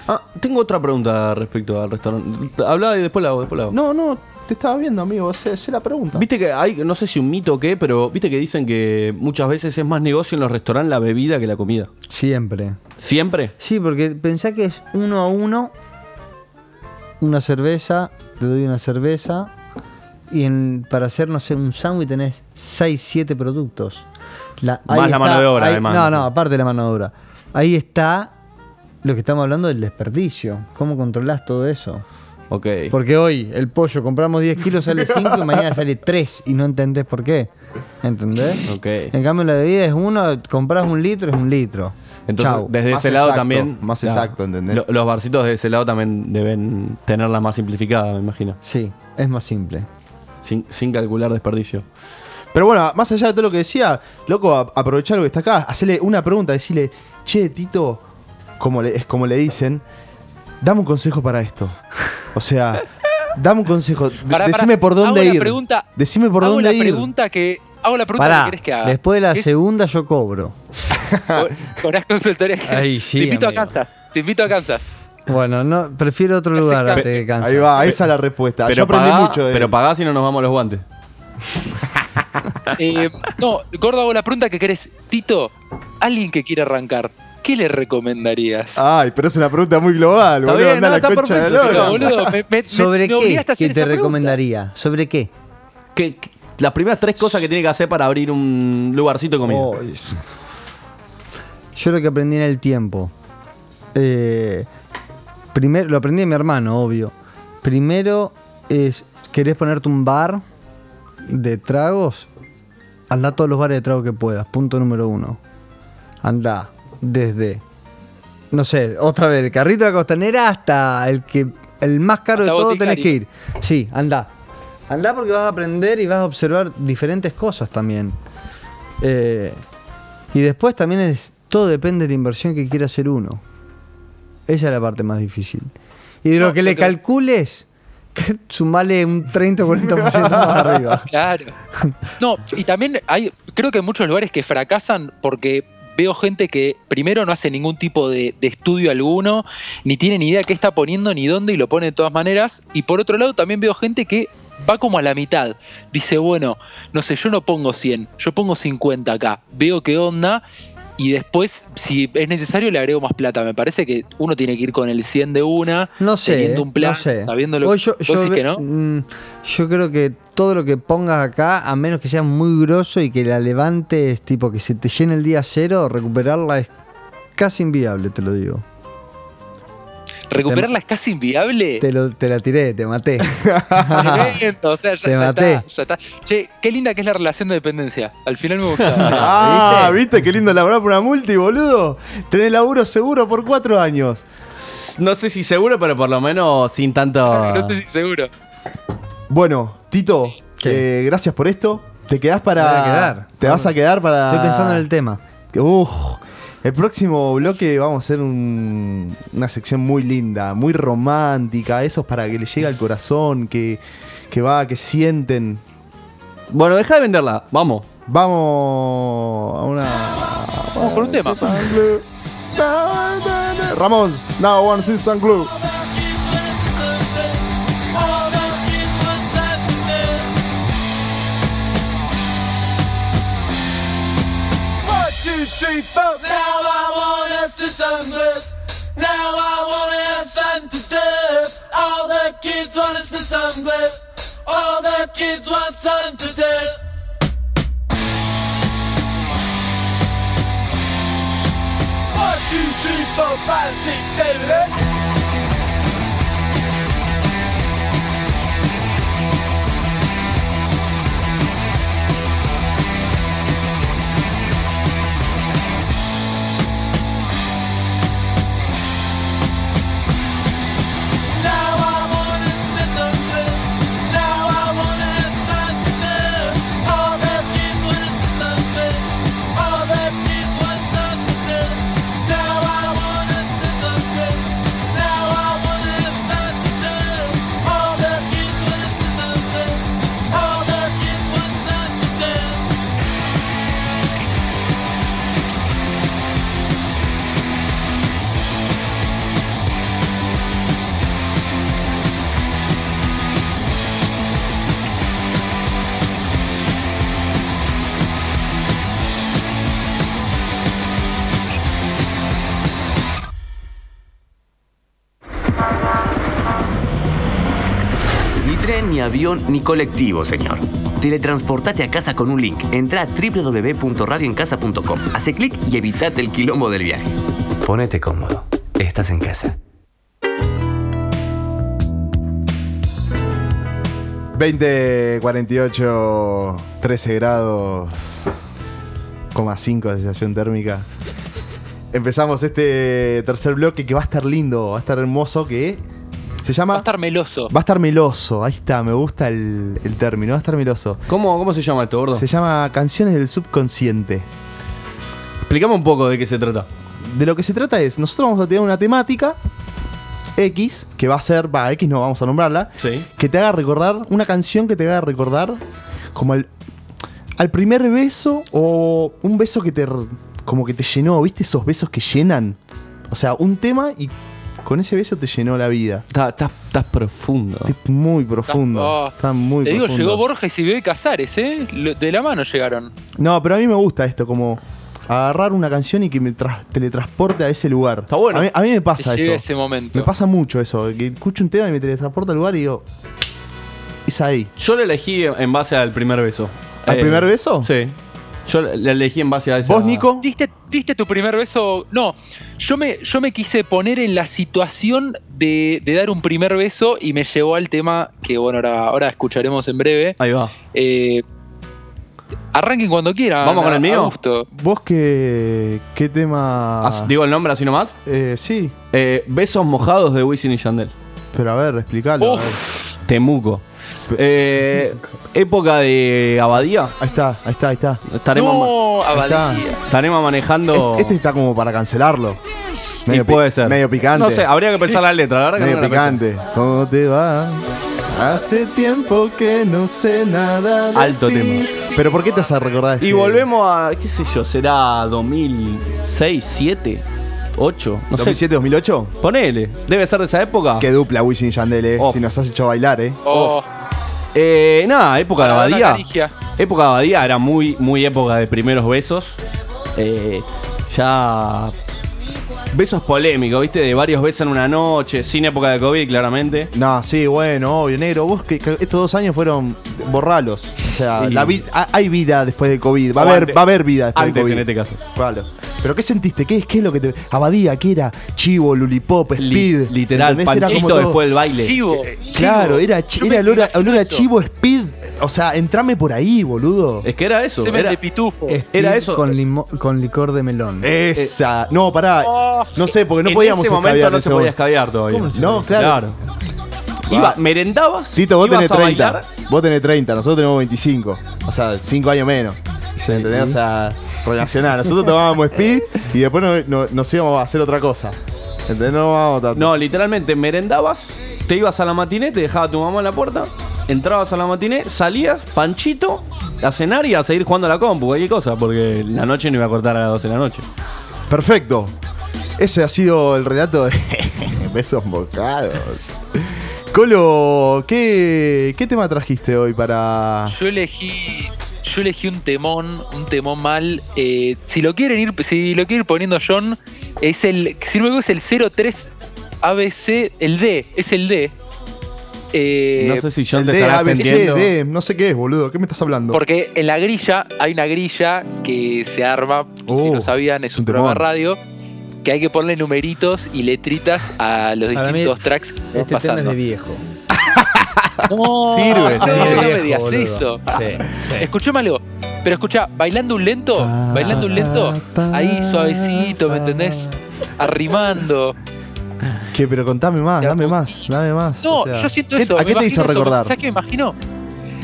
Speaker 9: Ah, tengo otra pregunta respecto al restaurante. Hablaba y después la hago, después la hago.
Speaker 13: No, no, te estaba viendo, amigo. Sé, sé la pregunta.
Speaker 9: Viste que hay, no sé si un mito o qué, pero viste que dicen que muchas veces es más negocio en los restaurantes la bebida que la comida.
Speaker 8: Siempre.
Speaker 9: ¿Siempre?
Speaker 8: Sí, porque pensá que es uno a uno. Una cerveza, te doy una cerveza. Y en- para hacer, no sé, un sándwich tenés 6, 7 productos. ahí
Speaker 9: Más la mano de obra,
Speaker 8: ahí-
Speaker 9: además.
Speaker 8: No, no, aparte de la mano de obra. Ahí está lo que estamos hablando del desperdicio. ¿Cómo controlás todo eso?
Speaker 9: Ok.
Speaker 8: Porque hoy el pollo compramos 10 kilos, sale 5 y mañana sale 3 y no entendés por qué. ¿Entendés?
Speaker 9: Ok.
Speaker 8: En cambio la bebida es uno, compras un litro, es un litro.
Speaker 9: Entonces,
Speaker 8: Chau.
Speaker 9: desde
Speaker 13: Más
Speaker 9: ese lado
Speaker 13: exacto,
Speaker 9: también.
Speaker 13: más exacto, ¿entendés?
Speaker 9: lo- los barcitos de ese lado también deben tenerla más simplificada, me imagino.
Speaker 8: Sí, es más simple.
Speaker 9: Sin, sin calcular desperdicio.
Speaker 13: Pero bueno, más allá de todo lo que decía, loco, a- aprovechar lo que está acá, hacerle una pregunta, decirle, che, Tito, como le, es como le dicen, dame un consejo para esto. O sea, dame un consejo, de-
Speaker 10: Pará, pará.
Speaker 13: decime por
Speaker 10: Hago
Speaker 13: dónde
Speaker 10: la
Speaker 13: ir.
Speaker 10: pregunta-
Speaker 13: decime por
Speaker 10: hago
Speaker 13: dónde
Speaker 10: la
Speaker 13: ir.
Speaker 10: pregunta que. Hago la pregunta
Speaker 8: Pará,
Speaker 10: que querés que haga.
Speaker 8: después de la
Speaker 10: ¿Qué es-
Speaker 8: segunda yo cobro.
Speaker 10: Cobrás consultoría.
Speaker 8: Ahí sí,
Speaker 10: Te invito
Speaker 8: amigo.
Speaker 10: a Kansas. Te invito a Kansas.
Speaker 8: Bueno, no, prefiero otro lugar antes que Kansas.
Speaker 13: Ahí va, esa es la respuesta. Yo aprendí
Speaker 9: pagá-
Speaker 13: mucho de
Speaker 9: Pero
Speaker 13: él.
Speaker 9: pagá si no nos vamos los guantes.
Speaker 10: Eh, no, Gordo, hago la pregunta que querés. Tito, alguien que quiera arrancar, ¿qué le recomendarías?
Speaker 13: Ay, pero es una pregunta muy global,
Speaker 9: Está
Speaker 13: boludo.
Speaker 9: bien,
Speaker 13: anda
Speaker 9: no,
Speaker 13: la
Speaker 9: está
Speaker 13: concha de
Speaker 9: perfecto,
Speaker 13: lora.
Speaker 10: No, boludo, me, me-
Speaker 8: ¿Sobre
Speaker 10: me- me
Speaker 8: qué
Speaker 10: obligaste a hacer
Speaker 8: que te
Speaker 10: esa pregunta.
Speaker 8: recomendaría? ¿Sobre qué?
Speaker 9: Que, que- las primeras tres cosas que tiene que hacer para abrir un lugarcito de comida.
Speaker 8: Oh, es- yo lo que aprendí en el tiempo. Eh, primero, lo aprendí de mi hermano, obvio. Primero es, ¿querés ponerte un bar de tragos? Anda a todos los bares de tragos que puedas, punto número uno. Anda desde, no sé, otra vez, el carrito de la costanera hasta el que el más caro
Speaker 10: Hasta
Speaker 8: de todo
Speaker 10: Boticari.
Speaker 8: tenés que ir. Sí, anda. Anda porque vas a aprender y vas a observar diferentes cosas también. Eh, y después también es. Todo depende de la inversión que quiera hacer uno. Esa es la parte más difícil. Y de
Speaker 10: No,
Speaker 8: lo que le
Speaker 10: pero-
Speaker 8: calcules, sumale un 30 o 40% más arriba.
Speaker 10: Claro. No, y también hay, creo que hay muchos lugares que fracasan porque veo gente que primero no hace ningún tipo de, de estudio alguno, ni tiene ni idea qué está poniendo ni dónde y lo pone de todas maneras. Y por otro lado también veo gente que va como a la mitad. Dice, bueno, no sé, yo no pongo 100, yo pongo 50 acá, veo qué onda. Y después, si es necesario, le agrego más plata. Me parece que uno tiene que ir con el 100 de una,
Speaker 8: No sé.
Speaker 10: teniendo un plan,
Speaker 8: no sé.
Speaker 10: sabiendo lo
Speaker 8: Hoy yo,
Speaker 10: ¿Vos
Speaker 8: yo
Speaker 10: decís
Speaker 8: ve-
Speaker 10: que no?
Speaker 8: mm, yo creo que todo lo que pongas acá, a menos que sea muy grosso y que la levantes, tipo que se te llene el día cero, recuperarla es casi inviable, te lo digo.
Speaker 10: Recuperarla es casi inviable.
Speaker 8: em, Te, lo- te la tiré, te maté.
Speaker 10: Tremendo, o sea, ya,
Speaker 8: Te
Speaker 10: ya
Speaker 8: maté.
Speaker 10: está, ya está. Che, qué linda que es la relación de dependencia. Al final me gusta.
Speaker 13: Ah, ¿viste? Qué lindo laburar por una multi, boludo. Tenés laburo seguro por cuatro años.
Speaker 9: No sé si seguro, pero por lo menos sin tanto.
Speaker 10: no sé si seguro.
Speaker 13: Bueno, Tito,
Speaker 8: ¿Qué?
Speaker 13: eh, gracias por esto. Te quedás para.
Speaker 8: Me voy a quedar.
Speaker 13: Te vas a quedar para.
Speaker 8: Estoy pensando en el tema.
Speaker 13: Uf, el próximo bloque vamos a hacer un- una sección muy linda, muy romántica. Eso es para que le llegue al corazón, que, que va, que sienten.
Speaker 9: Bueno, deja de venderla. Vamos.
Speaker 13: Vamos a una.
Speaker 10: Vamos por un tema.
Speaker 13: Ramón, now one season club.
Speaker 11: Now I wanna
Speaker 2: ni avión ni colectivo, señor. Teletransportate a casa con un link. Entra a www.radioencasa.com. Hace clic y evitate el quilombo del viaje. Ponete cómodo. Estás en casa.
Speaker 8: 20, 48, 13 grados, coma 5 de sensación térmica. Empezamos este tercer bloque que va a estar lindo, va a estar hermoso, que se llama... Va a estar
Speaker 10: meloso.
Speaker 8: Va a estar meloso, ahí está, me gusta el, el término, va a estar meloso.
Speaker 9: ¿Cómo, ¿Cómo se llama esto, gordo?
Speaker 8: Se llama Canciones del Subconsciente.
Speaker 9: Explicame un poco de qué se trata.
Speaker 8: De lo que se trata es, nosotros vamos a tener una temática X, que va a ser, va, X no vamos a nombrarla,
Speaker 9: Sí.
Speaker 8: que te haga recordar, una canción que te haga recordar como al, al primer beso o un beso que te r- como que te llenó, ¿viste? Esos besos que llenan. O sea, un tema y con ese beso te llenó la vida.
Speaker 9: Estás profundo.
Speaker 8: Muy profundo.
Speaker 10: Oh,
Speaker 8: Está muy
Speaker 10: Te digo,
Speaker 8: profundo.
Speaker 10: llegó Borges y Bebe Casares, ¿eh? Lo- De la mano llegaron.
Speaker 8: No, pero a mí me gusta esto, como agarrar una canción y que me tra- teletransporte a ese lugar. Está
Speaker 10: bueno.
Speaker 8: A mí, a mí me pasa
Speaker 10: Te llega
Speaker 8: eso.
Speaker 10: ese momento.
Speaker 8: Me pasa mucho eso, que escucho un tema y me teletransporta al lugar y digo, es ahí.
Speaker 9: Yo la elegí en base al primer beso. Eh,
Speaker 8: ¿Al primer beso?
Speaker 9: Sí. Yo la- la elegí en base a eso.
Speaker 8: ¿Vos, Nico?
Speaker 10: ¿Diste, diste tu primer beso? No, yo me, yo me quise poner en la situación de, de dar un primer beso y me llevó al tema que, bueno, ahora, ahora escucharemos en breve.
Speaker 9: Ahí va.
Speaker 10: Eh, arranquen cuando quieran.
Speaker 9: ¿Vamos con el
Speaker 10: a- a
Speaker 9: mío?
Speaker 10: gusto.
Speaker 8: ¿Vos qué, qué tema?
Speaker 9: As- ¿Digo el nombre así nomás?
Speaker 8: Eh, sí.
Speaker 9: besos mojados de Wisin y Yandel.
Speaker 8: Pero a ver, explícalo. a ver.
Speaker 9: Temuco. Eh, época de Abadía.
Speaker 8: Ahí está, ahí está, ahí está.
Speaker 9: Estaremos,
Speaker 10: No,
Speaker 8: Ahí está.
Speaker 10: Abadía.
Speaker 9: estaremos manejando.
Speaker 8: Es- Este está como para cancelarlo.
Speaker 9: y puede
Speaker 8: pi-
Speaker 9: ser.
Speaker 8: Medio picante.
Speaker 9: No sé, habría que pensar la letra, la verdad que
Speaker 8: Medio
Speaker 9: no la pensé.
Speaker 8: picante. ¿Cómo te va? Hace tiempo que no sé nada. de
Speaker 9: Alto
Speaker 8: ti.
Speaker 9: tema.
Speaker 8: Pero ¿por qué te hace recordar
Speaker 9: Y
Speaker 8: este-
Speaker 9: volvemos a, qué sé yo, será 2006, 7, 8, no sé.
Speaker 8: 2007, 2008?
Speaker 9: Ponele, debe ser de esa época.
Speaker 8: Qué dupla Wisin y Yandel, eh.
Speaker 9: Oh.
Speaker 8: Si nos has hecho bailar, eh.
Speaker 10: Oh,
Speaker 9: Eh, nada, época de
Speaker 10: la banda
Speaker 9: abadía.
Speaker 10: Carigia.
Speaker 9: Época de abadía era muy, muy época de primeros besos. Eh, ya. Besos polémicos, ¿viste? De varios besos en una noche, sin época de COVID, claramente.
Speaker 8: No, sí, bueno, obvio, negro. Vos que, que estos dos años fueron borralos. O sea,
Speaker 9: Sí.
Speaker 8: la vi- ha- hay vida después de COVID. Va a
Speaker 9: O
Speaker 8: haber,
Speaker 9: antes-
Speaker 8: va a haber vida después de
Speaker 9: Antes,
Speaker 8: COVID.
Speaker 9: en este caso.
Speaker 8: Claro. Pero ¿qué sentiste? ¿Qué, es- qué es lo que te. Abadía, ¿qué era? Chivo, lulipop,
Speaker 9: Li-
Speaker 8: speed.
Speaker 9: literal,
Speaker 8: ¿entendés? Era como
Speaker 9: panchito
Speaker 8: todo- Eh,
Speaker 9: después del baile. Eh,
Speaker 10: Chivo.
Speaker 8: Claro,
Speaker 10: Chivo.
Speaker 8: era, chi-
Speaker 10: Yo me
Speaker 8: era olor, a,
Speaker 10: imagino
Speaker 8: olor a
Speaker 10: eso.
Speaker 8: chivo, speed. O sea, entrame por ahí, boludo.
Speaker 9: Es que era eso.
Speaker 10: Semen
Speaker 9: Era,
Speaker 10: de pitufo.
Speaker 9: Era
Speaker 11: Speed
Speaker 9: eso. eh.
Speaker 11: Con, limo- con licor de melón.
Speaker 8: Esa. No, pará.
Speaker 10: Oh.
Speaker 8: No sé, porque no
Speaker 9: en
Speaker 8: podíamos
Speaker 9: ese momento
Speaker 8: escabiar
Speaker 9: no
Speaker 8: ese
Speaker 9: se podía
Speaker 8: momento.
Speaker 9: escabiar todavía.
Speaker 8: ¿Cómo no se No, podía? claro.
Speaker 9: Iba, merendabas.
Speaker 8: Tito, vos
Speaker 9: ibas
Speaker 8: tenés
Speaker 9: a
Speaker 8: 30.
Speaker 9: bailar.
Speaker 8: Vos tenés 30, nosotros tenemos 25. O sea, 5 años menos. ¿Se entendés? O sea, relacionar. Nosotros tomábamos speed y después no- no- nos, íbamos a hacer otra cosa. ¿Entendés? No nos vamos tanto.
Speaker 9: No, literalmente merendabas, te ibas a la matiné, te dejaba tu mamá en la puerta, entrabas a la matiné, salías, panchito, a cenar y a seguir jugando a la compu, cualquier cosa, porque la noche no iba a cortar a las 12 de la noche.
Speaker 8: Perfecto. Ese ha sido el relato de besos bocados. Colo, ¿qué, qué tema trajiste hoy para...?
Speaker 10: Yo elegí. Yo elegí un temón, un temón mal. Eh, si lo quieren ir, si lo quiere ir poniendo John, es el. Si no me equivoco, es el 03 ABC, el D, es el D. Eh,
Speaker 9: no sé si yo
Speaker 8: el
Speaker 9: te
Speaker 8: D,
Speaker 9: estará
Speaker 8: A, B, C,
Speaker 9: entendiendo.
Speaker 8: D, no sé qué es, boludo. ¿Qué me estás hablando?
Speaker 10: Porque en la grilla hay una grilla que se arma, si
Speaker 8: Oh,
Speaker 10: no sabían, es
Speaker 8: es
Speaker 10: un
Speaker 8: un
Speaker 10: programa de
Speaker 8: temón.
Speaker 10: radio, que hay que ponerle numeritos y letritas a los
Speaker 11: Para mí,
Speaker 10: distintos tracks que se van
Speaker 11: Este tema es
Speaker 10: pasando.
Speaker 11: de viejo.
Speaker 10: No,
Speaker 9: Sirve,
Speaker 10: no,
Speaker 9: sirve,
Speaker 10: no me
Speaker 11: viejo,
Speaker 10: digas
Speaker 11: boludo.
Speaker 10: eso.
Speaker 11: Sí, sí.
Speaker 10: Escuchame algo, pero escucha, bailando un lento, bailando un lento, ahí suavecito, ¿me entendés? Arrimando.
Speaker 8: ¿Qué? Pero contame más,
Speaker 10: Ya,
Speaker 8: dame más, dame más.
Speaker 10: No,
Speaker 8: o sea,
Speaker 10: yo siento
Speaker 8: ¿qué-
Speaker 10: eso.
Speaker 8: ¿A
Speaker 10: me
Speaker 8: qué te hizo
Speaker 10: imagino eso,
Speaker 8: recordar?
Speaker 10: ¿Sabes qué me imagino?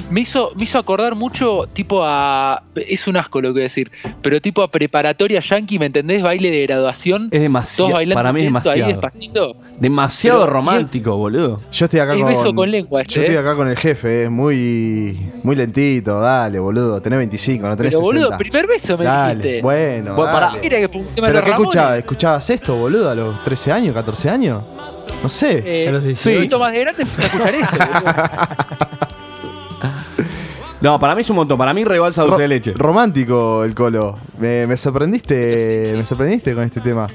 Speaker 10: Me hizo, me hizo acordar mucho, tipo a. Es un asco lo que voy a decir, pero tipo a preparatoria yankee, ¿me entendés? Baile de graduación.
Speaker 9: Es
Speaker 10: Todos
Speaker 9: demasiado.
Speaker 10: bailando
Speaker 9: Para mí es
Speaker 10: lento, ahí
Speaker 9: demasiado.
Speaker 10: despacito.
Speaker 9: Demasiado
Speaker 10: Pero-
Speaker 9: romántico, boludo.
Speaker 8: Yo estoy acá
Speaker 10: Es
Speaker 8: con.
Speaker 10: beso con lengua este,
Speaker 8: Yo estoy
Speaker 10: ¿eh?
Speaker 8: acá con el jefe, es muy. Muy lentito, dale, boludo. Tenés 25, no tenés
Speaker 10: Pero
Speaker 8: 60.
Speaker 10: boludo, primer beso me
Speaker 8: dale,
Speaker 10: dijiste.
Speaker 8: bueno.
Speaker 9: Bueno,
Speaker 8: dale.
Speaker 9: pará.
Speaker 10: Mira que fue un tema
Speaker 8: ¿Pero
Speaker 10: de los
Speaker 8: qué
Speaker 10: Ramones.
Speaker 8: escuchabas? ¿Escuchabas esto, boludo, a los 13 años, 14 años? No sé.
Speaker 10: Eh,
Speaker 11: A los
Speaker 10: Un
Speaker 11: 18.
Speaker 10: poquito más de grande empecé a escuchar esto. boludo.
Speaker 9: No, para mí es un montón. Para mí rebalsa dulce
Speaker 8: Ro-
Speaker 9: de leche.
Speaker 8: Romántico el colo. Me, me sorprendiste. Me sorprendiste con este tema.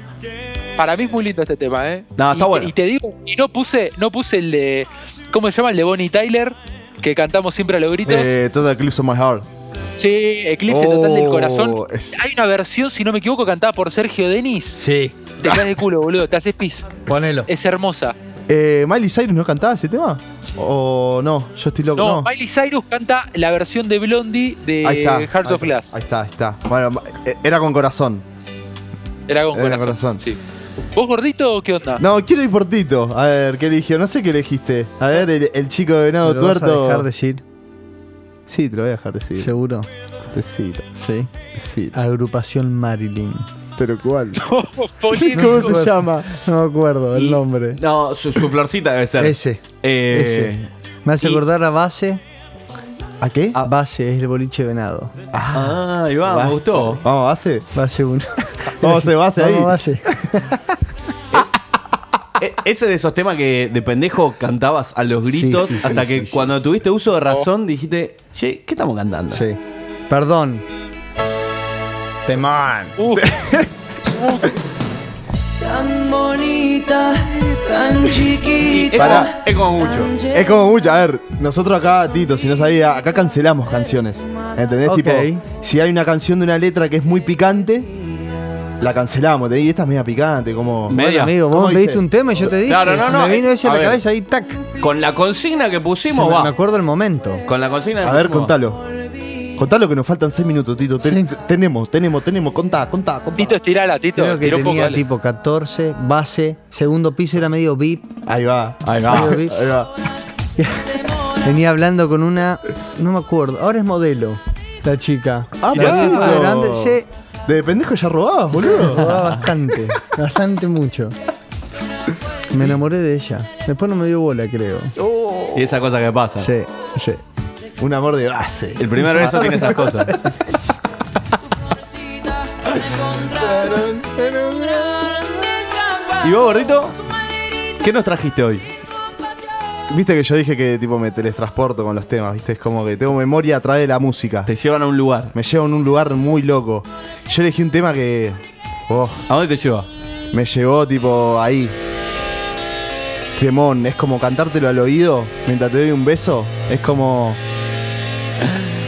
Speaker 10: Para mí es muy lindo este tema, ¿eh?
Speaker 9: No,
Speaker 10: Y
Speaker 9: está
Speaker 10: te-
Speaker 9: bueno.
Speaker 10: Y te digo, y no puse, no puse el de. ¿Cómo se llama? El de Bonnie Tyler. que cantamos siempre a los gritos.
Speaker 8: Eh, Total Eclipse of My Heart.
Speaker 10: Sí, Eclipse Total del
Speaker 8: Oh,
Speaker 10: Corazón.
Speaker 8: es-
Speaker 10: Hay una versión, si no me equivoco, cantada por Sergio Denis.
Speaker 9: Sí.
Speaker 10: Te caes de culo, boludo, te haces pis.
Speaker 9: Ponelo.
Speaker 10: Es hermosa.
Speaker 8: Eh, ¿Miley Cyrus no cantaba ese tema? ¿O no? Yo estoy loco.
Speaker 10: No,
Speaker 8: No,
Speaker 10: Miley Cyrus canta la versión de Blondie de
Speaker 8: Ahí está,
Speaker 10: Heart of
Speaker 8: ahí-
Speaker 10: Glass.
Speaker 8: Ahí está, ahí está. Bueno, ma- eh, era con corazón.
Speaker 10: Era con
Speaker 8: Era
Speaker 10: corazón.
Speaker 8: con corazón.
Speaker 10: ¿Vos gordito o qué onda?
Speaker 8: No, quiero ir por Tito. A ver, ¿qué eligió? No sé qué elegiste. A ver, el, el chico de venado
Speaker 11: ¿Me lo vas a
Speaker 8: tuerto.
Speaker 11: dejar decir?
Speaker 8: Sí, te lo voy a dejar decir.
Speaker 11: ¿Seguro?
Speaker 8: Decir.
Speaker 11: Sí. Agrupación Marilyn.
Speaker 8: ¿Pero cuál?
Speaker 11: ¿Cómo se llama? No me acuerdo el nombre.
Speaker 9: No, su, su florcita debe ser.
Speaker 11: Ese.
Speaker 9: Eh,
Speaker 11: Ese. Me hace acordar a Base.
Speaker 8: ¿A qué?
Speaker 11: A Base, es el boliche venado.
Speaker 9: Ah, ahí va, me
Speaker 11: Base.
Speaker 9: gustó.
Speaker 8: Vamos, base.
Speaker 11: Base 1.
Speaker 8: Vamos, se base ahí.
Speaker 11: Vamos, base.
Speaker 9: E- ese de esos temas que de pendejo cantabas a los gritos
Speaker 11: sí, sí,
Speaker 9: hasta
Speaker 11: sí,
Speaker 9: que
Speaker 11: sí,
Speaker 9: cuando tuviste uso de razón dijiste, che, ¿qué estamos cantando?
Speaker 11: Sí. Perdón. Temán.
Speaker 14: Tan bonita, tan chiquita.
Speaker 8: Pará.
Speaker 9: Es como mucho.
Speaker 8: Es como mucho, a ver, nosotros acá, Tito, si no sabía, acá cancelamos canciones. ¿Entendés?
Speaker 11: Ok.
Speaker 8: Tipo, si hay una canción de una letra que es muy picante, la cancelamos. ¿entendés? Y esta es media picante, como.
Speaker 9: Media.
Speaker 11: Amigo,
Speaker 8: ¿Cómo
Speaker 11: vos me
Speaker 8: dice?
Speaker 11: pediste un tema y yo te dije.
Speaker 9: Claro, no,
Speaker 11: se
Speaker 9: no,
Speaker 11: me vino
Speaker 9: eh,
Speaker 11: ese a
Speaker 9: a
Speaker 11: la
Speaker 9: ver.
Speaker 11: cabeza ahí, tac.
Speaker 9: Con la consigna que pusimos,
Speaker 11: Se me, me
Speaker 9: va.
Speaker 11: acuerdo el momento.
Speaker 9: Con la consigna que
Speaker 8: A ver,
Speaker 9: pusimos, va.
Speaker 8: contalo. Contalo que nos faltan 6 minutos, Tito. Ten- t- Tenemos, tenemos, tenemos. Contá, contá, contá.
Speaker 10: Tito, estirala, Tito.
Speaker 11: Creo que
Speaker 10: Estiró un poco,
Speaker 11: tenía
Speaker 10: dale.
Speaker 11: tipo 14, base, segundo piso era medio VIP.
Speaker 8: Ahí va. Ahí
Speaker 11: va.
Speaker 8: Ahí va.
Speaker 11: Venía hablando con una. No me acuerdo. Ahora es modelo. La chica.
Speaker 8: Ah,
Speaker 11: la
Speaker 8: pará.
Speaker 11: misma de grande. Sí,
Speaker 8: De pendejo ya robabas, boludo.
Speaker 11: jugaba bastante. bastante mucho. Me enamoré de ella. Después no me dio bola, creo.
Speaker 9: Y esa cosa que pasa.
Speaker 11: Sí, sí.
Speaker 8: Oh. Un amor de base.
Speaker 9: El primer beso tiene esas cosas. ¿Y vos, gordito? ¿Qué nos trajiste hoy?
Speaker 8: Viste que yo dije que tipo me teletransporto con los temas, viste, es como que tengo memoria a través de la música.
Speaker 9: Te llevan a un lugar.
Speaker 8: Me llevan a un lugar muy loco. Yo elegí un tema que. oh,
Speaker 9: ¿A dónde te lleva?
Speaker 8: me llevó tipo ahí. Temón, es como cantártelo al oído mientras te doy un beso. Es como.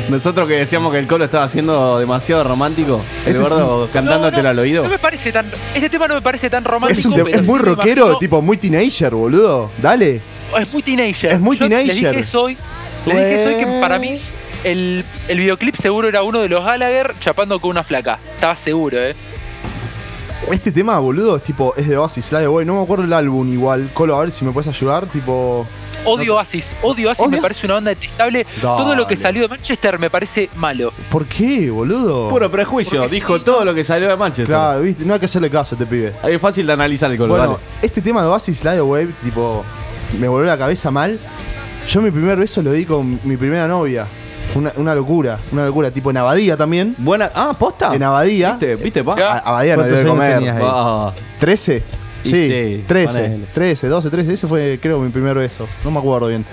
Speaker 9: Nosotros que decíamos que el colo estaba siendo demasiado romántico, el
Speaker 8: Este es
Speaker 9: gordo cantándotelo al oído.
Speaker 10: No me parece tan. Este tema no me parece tan romántico.
Speaker 8: Es, un te-
Speaker 10: pero
Speaker 8: es muy
Speaker 10: sí me
Speaker 8: rockero,
Speaker 10: imagino-
Speaker 8: tipo muy teenager, boludo. Dale.
Speaker 10: Oh, Es muy teenager.
Speaker 8: Es muy
Speaker 10: Yo Les
Speaker 8: teenager.
Speaker 10: dije soy. Les dije soy que
Speaker 8: Güey.
Speaker 10: para mí el, el videoclip seguro era uno de los Gallagher chapando con una flaca. Estaba seguro, eh.
Speaker 8: Este tema, boludo, es tipo, es de Oasis, la de Boy. No me acuerdo el álbum igual. Colo, a ver si me puedes ayudar. Tipo.
Speaker 10: Odio Oasis. Odio Oasis me
Speaker 8: ¿Odio?
Speaker 10: parece una banda detestable. Todo lo que
Speaker 8: Dale.
Speaker 10: salió de Manchester me parece malo.
Speaker 8: ¿Por qué, boludo?
Speaker 9: Puro prejuicio,
Speaker 10: Porque
Speaker 9: dijo todo lo que salió de Manchester.
Speaker 8: Claro, viste, no hay que hacerle caso a este pibe.
Speaker 9: Ahí es fácil de analizar el colo,
Speaker 8: Bueno,
Speaker 9: dale.
Speaker 8: este tema de Oasis, Live Wave, tipo, me volvió la cabeza mal. Yo mi primer beso lo di con mi primera novia. Una, una locura, una locura. Tipo en Abadía también.
Speaker 9: Buena. Ah, posta.
Speaker 8: En Abadía.
Speaker 9: ¿Viste, viste, pa?
Speaker 10: Ya.
Speaker 8: A- Abadía no
Speaker 11: ¿Cuántos
Speaker 8: dio de
Speaker 11: años
Speaker 8: comer.
Speaker 11: tenías ahí?
Speaker 9: Ah,
Speaker 8: ¿13?
Speaker 9: Y
Speaker 8: Sí,
Speaker 9: sí,
Speaker 8: 13,
Speaker 9: ponele.
Speaker 8: 13, 12, 13. Ese fue, creo, mi primer beso. No me acuerdo bien.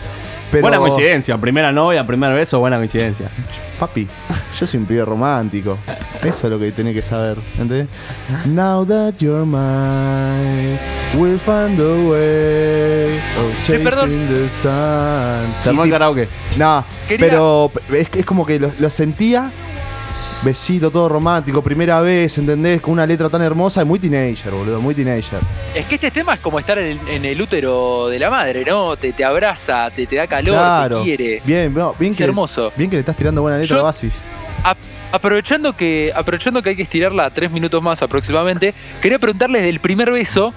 Speaker 8: Pero,
Speaker 9: Buena coincidencia, primera novia, primer beso, buena coincidencia.
Speaker 8: Papi, yo soy un pibe romántico. Eso es lo que tenés que saber. ¿Entendés? Now that you're mine, we'll find a way of
Speaker 10: Che, perdón.
Speaker 8: chasing the sun.
Speaker 9: Se armó el
Speaker 8: Y tip-
Speaker 9: karaoke.
Speaker 8: No,
Speaker 10: Quería-
Speaker 8: pero es, es como que lo, lo sentía. Besito todo romántico, primera vez, ¿entendés? Con una letra tan hermosa y muy teenager, boludo, muy teenager.
Speaker 10: Es que este tema es como estar en, en el útero de la madre, ¿no? Te, te abraza, te, te da calor,
Speaker 8: claro.
Speaker 10: te quiere.
Speaker 8: Bien, no, bien
Speaker 10: Es
Speaker 8: que,
Speaker 10: hermoso.
Speaker 8: Bien que le estás tirando buena letra
Speaker 10: Yo-
Speaker 8: a Basis.
Speaker 10: Ap- aprovechando, que, aprovechando que hay que estirarla a tres minutos más aproximadamente, quería preguntarles del primer beso.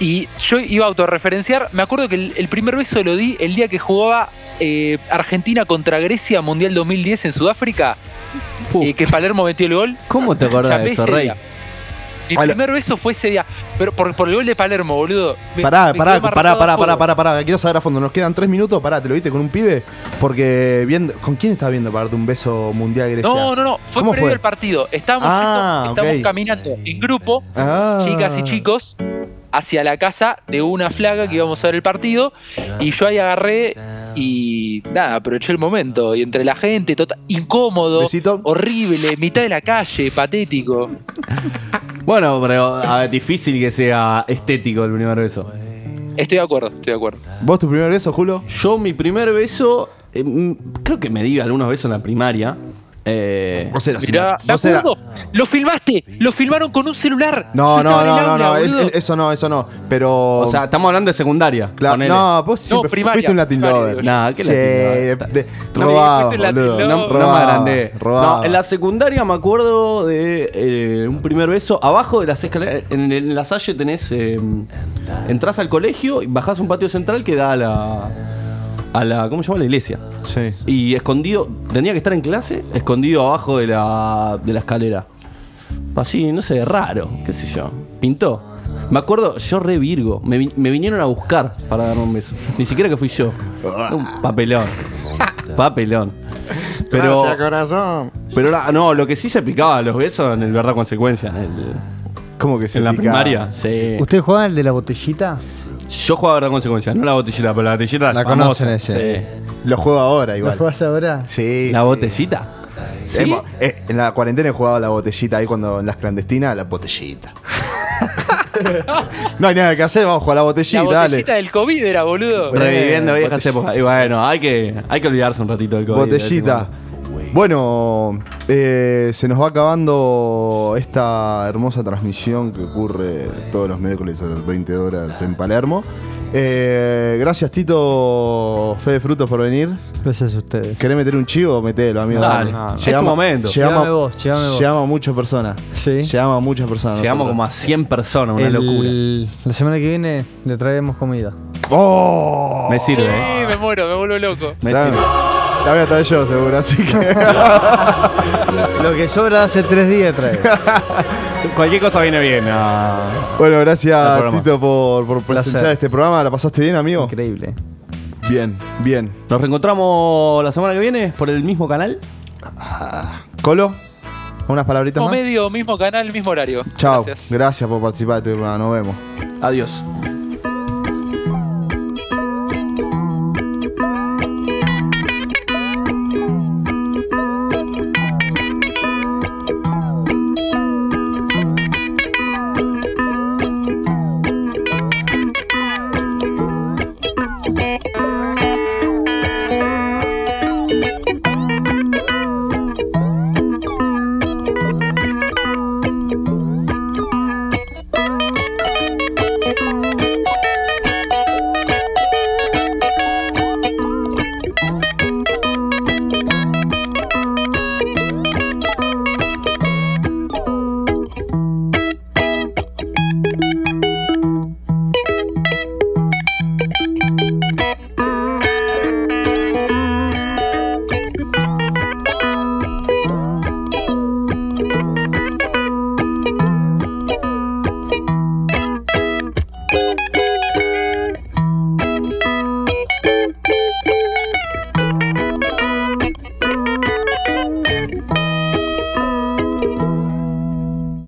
Speaker 10: Y yo iba a autorreferenciar. Me acuerdo que el, el primer beso lo di el día que jugaba eh, Argentina contra Grecia Mundial 2010 en Sudáfrica.
Speaker 9: Uf.
Speaker 10: eh, que Palermo metió el gol.
Speaker 9: ¿Cómo te acordás
Speaker 10: Llamé
Speaker 9: de eso,
Speaker 10: ese
Speaker 9: Rey?
Speaker 10: día. Mi
Speaker 8: Hola.
Speaker 10: primer beso fue ese día. Pero por, por el gol de Palermo, boludo. Me-
Speaker 8: Pará,
Speaker 10: me
Speaker 8: pará, pará,
Speaker 10: quedó marcado a
Speaker 8: pará,
Speaker 10: fuego.
Speaker 8: pará, pará, pará, quiero saber a fondo, nos quedan tres minutos, pará, ¿te lo viste con un pibe? Porque viendo, ¿con quién estás viendo para darte un beso mundial Grecia?
Speaker 10: No, no, no. Fue
Speaker 8: ¿Cómo
Speaker 10: previo
Speaker 8: fue?
Speaker 10: al partido. Estábamos,
Speaker 8: Ah,
Speaker 10: estábamos- estábamos
Speaker 8: ok.
Speaker 10: caminando en grupo,
Speaker 8: Ah.
Speaker 10: chicas y chicos, hacia la casa de una flaga que íbamos a ver el partido. Y yo ahí agarré y nada, aproveché el momento. Y entre la gente, total, incómodo,
Speaker 8: Besito.
Speaker 10: horrible, mitad de la calle, patético.
Speaker 9: Bueno, pero a ver, difícil que sea estético el primer beso.
Speaker 10: Estoy de acuerdo, estoy de acuerdo.
Speaker 8: ¿Vos tu primer beso, Julio?
Speaker 9: Yo mi primer beso eh, mm, creo que me di algunos besos en la primaria. Eh, vos eras
Speaker 10: Mirá, me acuerdo, lo filmaste, lo filmaron con un celular.
Speaker 8: No,
Speaker 10: Yo
Speaker 8: no,
Speaker 10: estaba en el
Speaker 8: no, no,
Speaker 10: aula,
Speaker 8: no, es-
Speaker 10: boludo.
Speaker 8: es- eso no, eso no. Pero.
Speaker 9: O sea, estamos hablando de secundaria.
Speaker 8: Claro,
Speaker 9: ponele.
Speaker 8: no, vos
Speaker 9: No,
Speaker 8: siempre fu-
Speaker 9: primaria,
Speaker 8: fuiste un Latin
Speaker 9: primaria,
Speaker 8: Lover.
Speaker 9: digo. Nah, ¿qué
Speaker 8: Sí,
Speaker 9: Latin Lover?
Speaker 8: de- de-
Speaker 9: No,
Speaker 8: robado,
Speaker 9: fuiste un Latin
Speaker 8: boludo.
Speaker 9: Lover. No, no me
Speaker 8: Robado,
Speaker 9: agrandé.
Speaker 8: robado.
Speaker 9: No, en la secundaria me acuerdo de eh, un primer beso. Abajo de las escaleras, en, el- en la salle tenés. eh, entrás al colegio y bajás a un patio central que da a la. A la. ¿Cómo se llama? La iglesia.
Speaker 8: Sí.
Speaker 9: Y escondido. Tenía que estar en clase, escondido abajo de la, de la escalera. Así, no sé, raro, qué sé yo. Pintó. Me acuerdo, yo re Virgo. Me, vi- me vinieron a buscar para darme un beso. Ni siquiera que fui yo. Un papelón. Papelón. Pero.
Speaker 15: Gracias, corazón.
Speaker 9: Pero la- no, lo que sí se picaba los besos en el verdad consecuencia. En el-
Speaker 8: ¿Cómo que
Speaker 9: En la
Speaker 11: picaba?
Speaker 9: primaria, sí.
Speaker 11: ¿Usted juega el de la botellita?
Speaker 9: Yo jugaba verdad consecuencia, no la botellita, pero la botellita.
Speaker 11: La
Speaker 9: famosa,
Speaker 11: conocen ese.
Speaker 8: Lo juego ahora igual.
Speaker 11: ¿Lo jugás ahora?
Speaker 8: Sí.
Speaker 9: ¿La botellita? ¿Sí?
Speaker 8: Hemos- eh, en la cuarentena he jugado a la botellita ahí cuando en las clandestinas, la botellita. no hay nada que hacer, vamos a jugar a la botellita,
Speaker 10: La
Speaker 8: dale.
Speaker 10: botellita del COVID era, boludo.
Speaker 9: Reviviendo
Speaker 8: Eh,
Speaker 9: viejas
Speaker 8: botellita.
Speaker 9: épocas. Y bueno, hay que, hay que olvidarse un ratito del COVID.
Speaker 8: Botellita. Bueno, eh, se nos va acabando esta hermosa transmisión que ocurre todos los miércoles a las 20 horas en Palermo. Eh, gracias Tito Fede Frutos por venir.
Speaker 11: Gracias a ustedes.
Speaker 8: ¿Querés meter un chivo? Metelo, amigo.
Speaker 9: Dale.
Speaker 8: Dale.
Speaker 9: Es tu momento.
Speaker 8: Llegamos,
Speaker 9: Llegame vos, llegame vos.
Speaker 8: llegamos a muchas personas.
Speaker 11: Sí.
Speaker 8: Llegamos a muchas personas.
Speaker 9: Llegamos como a
Speaker 8: nosotros.
Speaker 9: 100 personas, una
Speaker 11: El-
Speaker 9: locura.
Speaker 11: La semana que viene le traemos comida.
Speaker 8: ¡Oh!
Speaker 9: Me sirve, ¿eh?
Speaker 10: Sí, me muero, me vuelvo loco.
Speaker 8: La, la voy a traer yo seguro, así que.
Speaker 11: Lo que sobra hace tres días trae.
Speaker 9: Cualquier cosa viene bien. ah.
Speaker 8: Bueno,
Speaker 9: Al
Speaker 8: gracias
Speaker 9: programa.
Speaker 8: Tito por, por
Speaker 9: Placer.
Speaker 8: presenciar este programa. ¿La pasaste bien, amigo?
Speaker 11: Increíble.
Speaker 8: Bien, bien.
Speaker 9: Nos reencontramos la semana que viene por el mismo canal.
Speaker 8: Colo, unas palabritas
Speaker 10: Mismo
Speaker 8: más.
Speaker 10: medio, mismo canal, mismo horario.
Speaker 8: Chao,
Speaker 10: Gracias.
Speaker 8: gracias. por participar de este programa. Nos vemos.
Speaker 9: Adiós.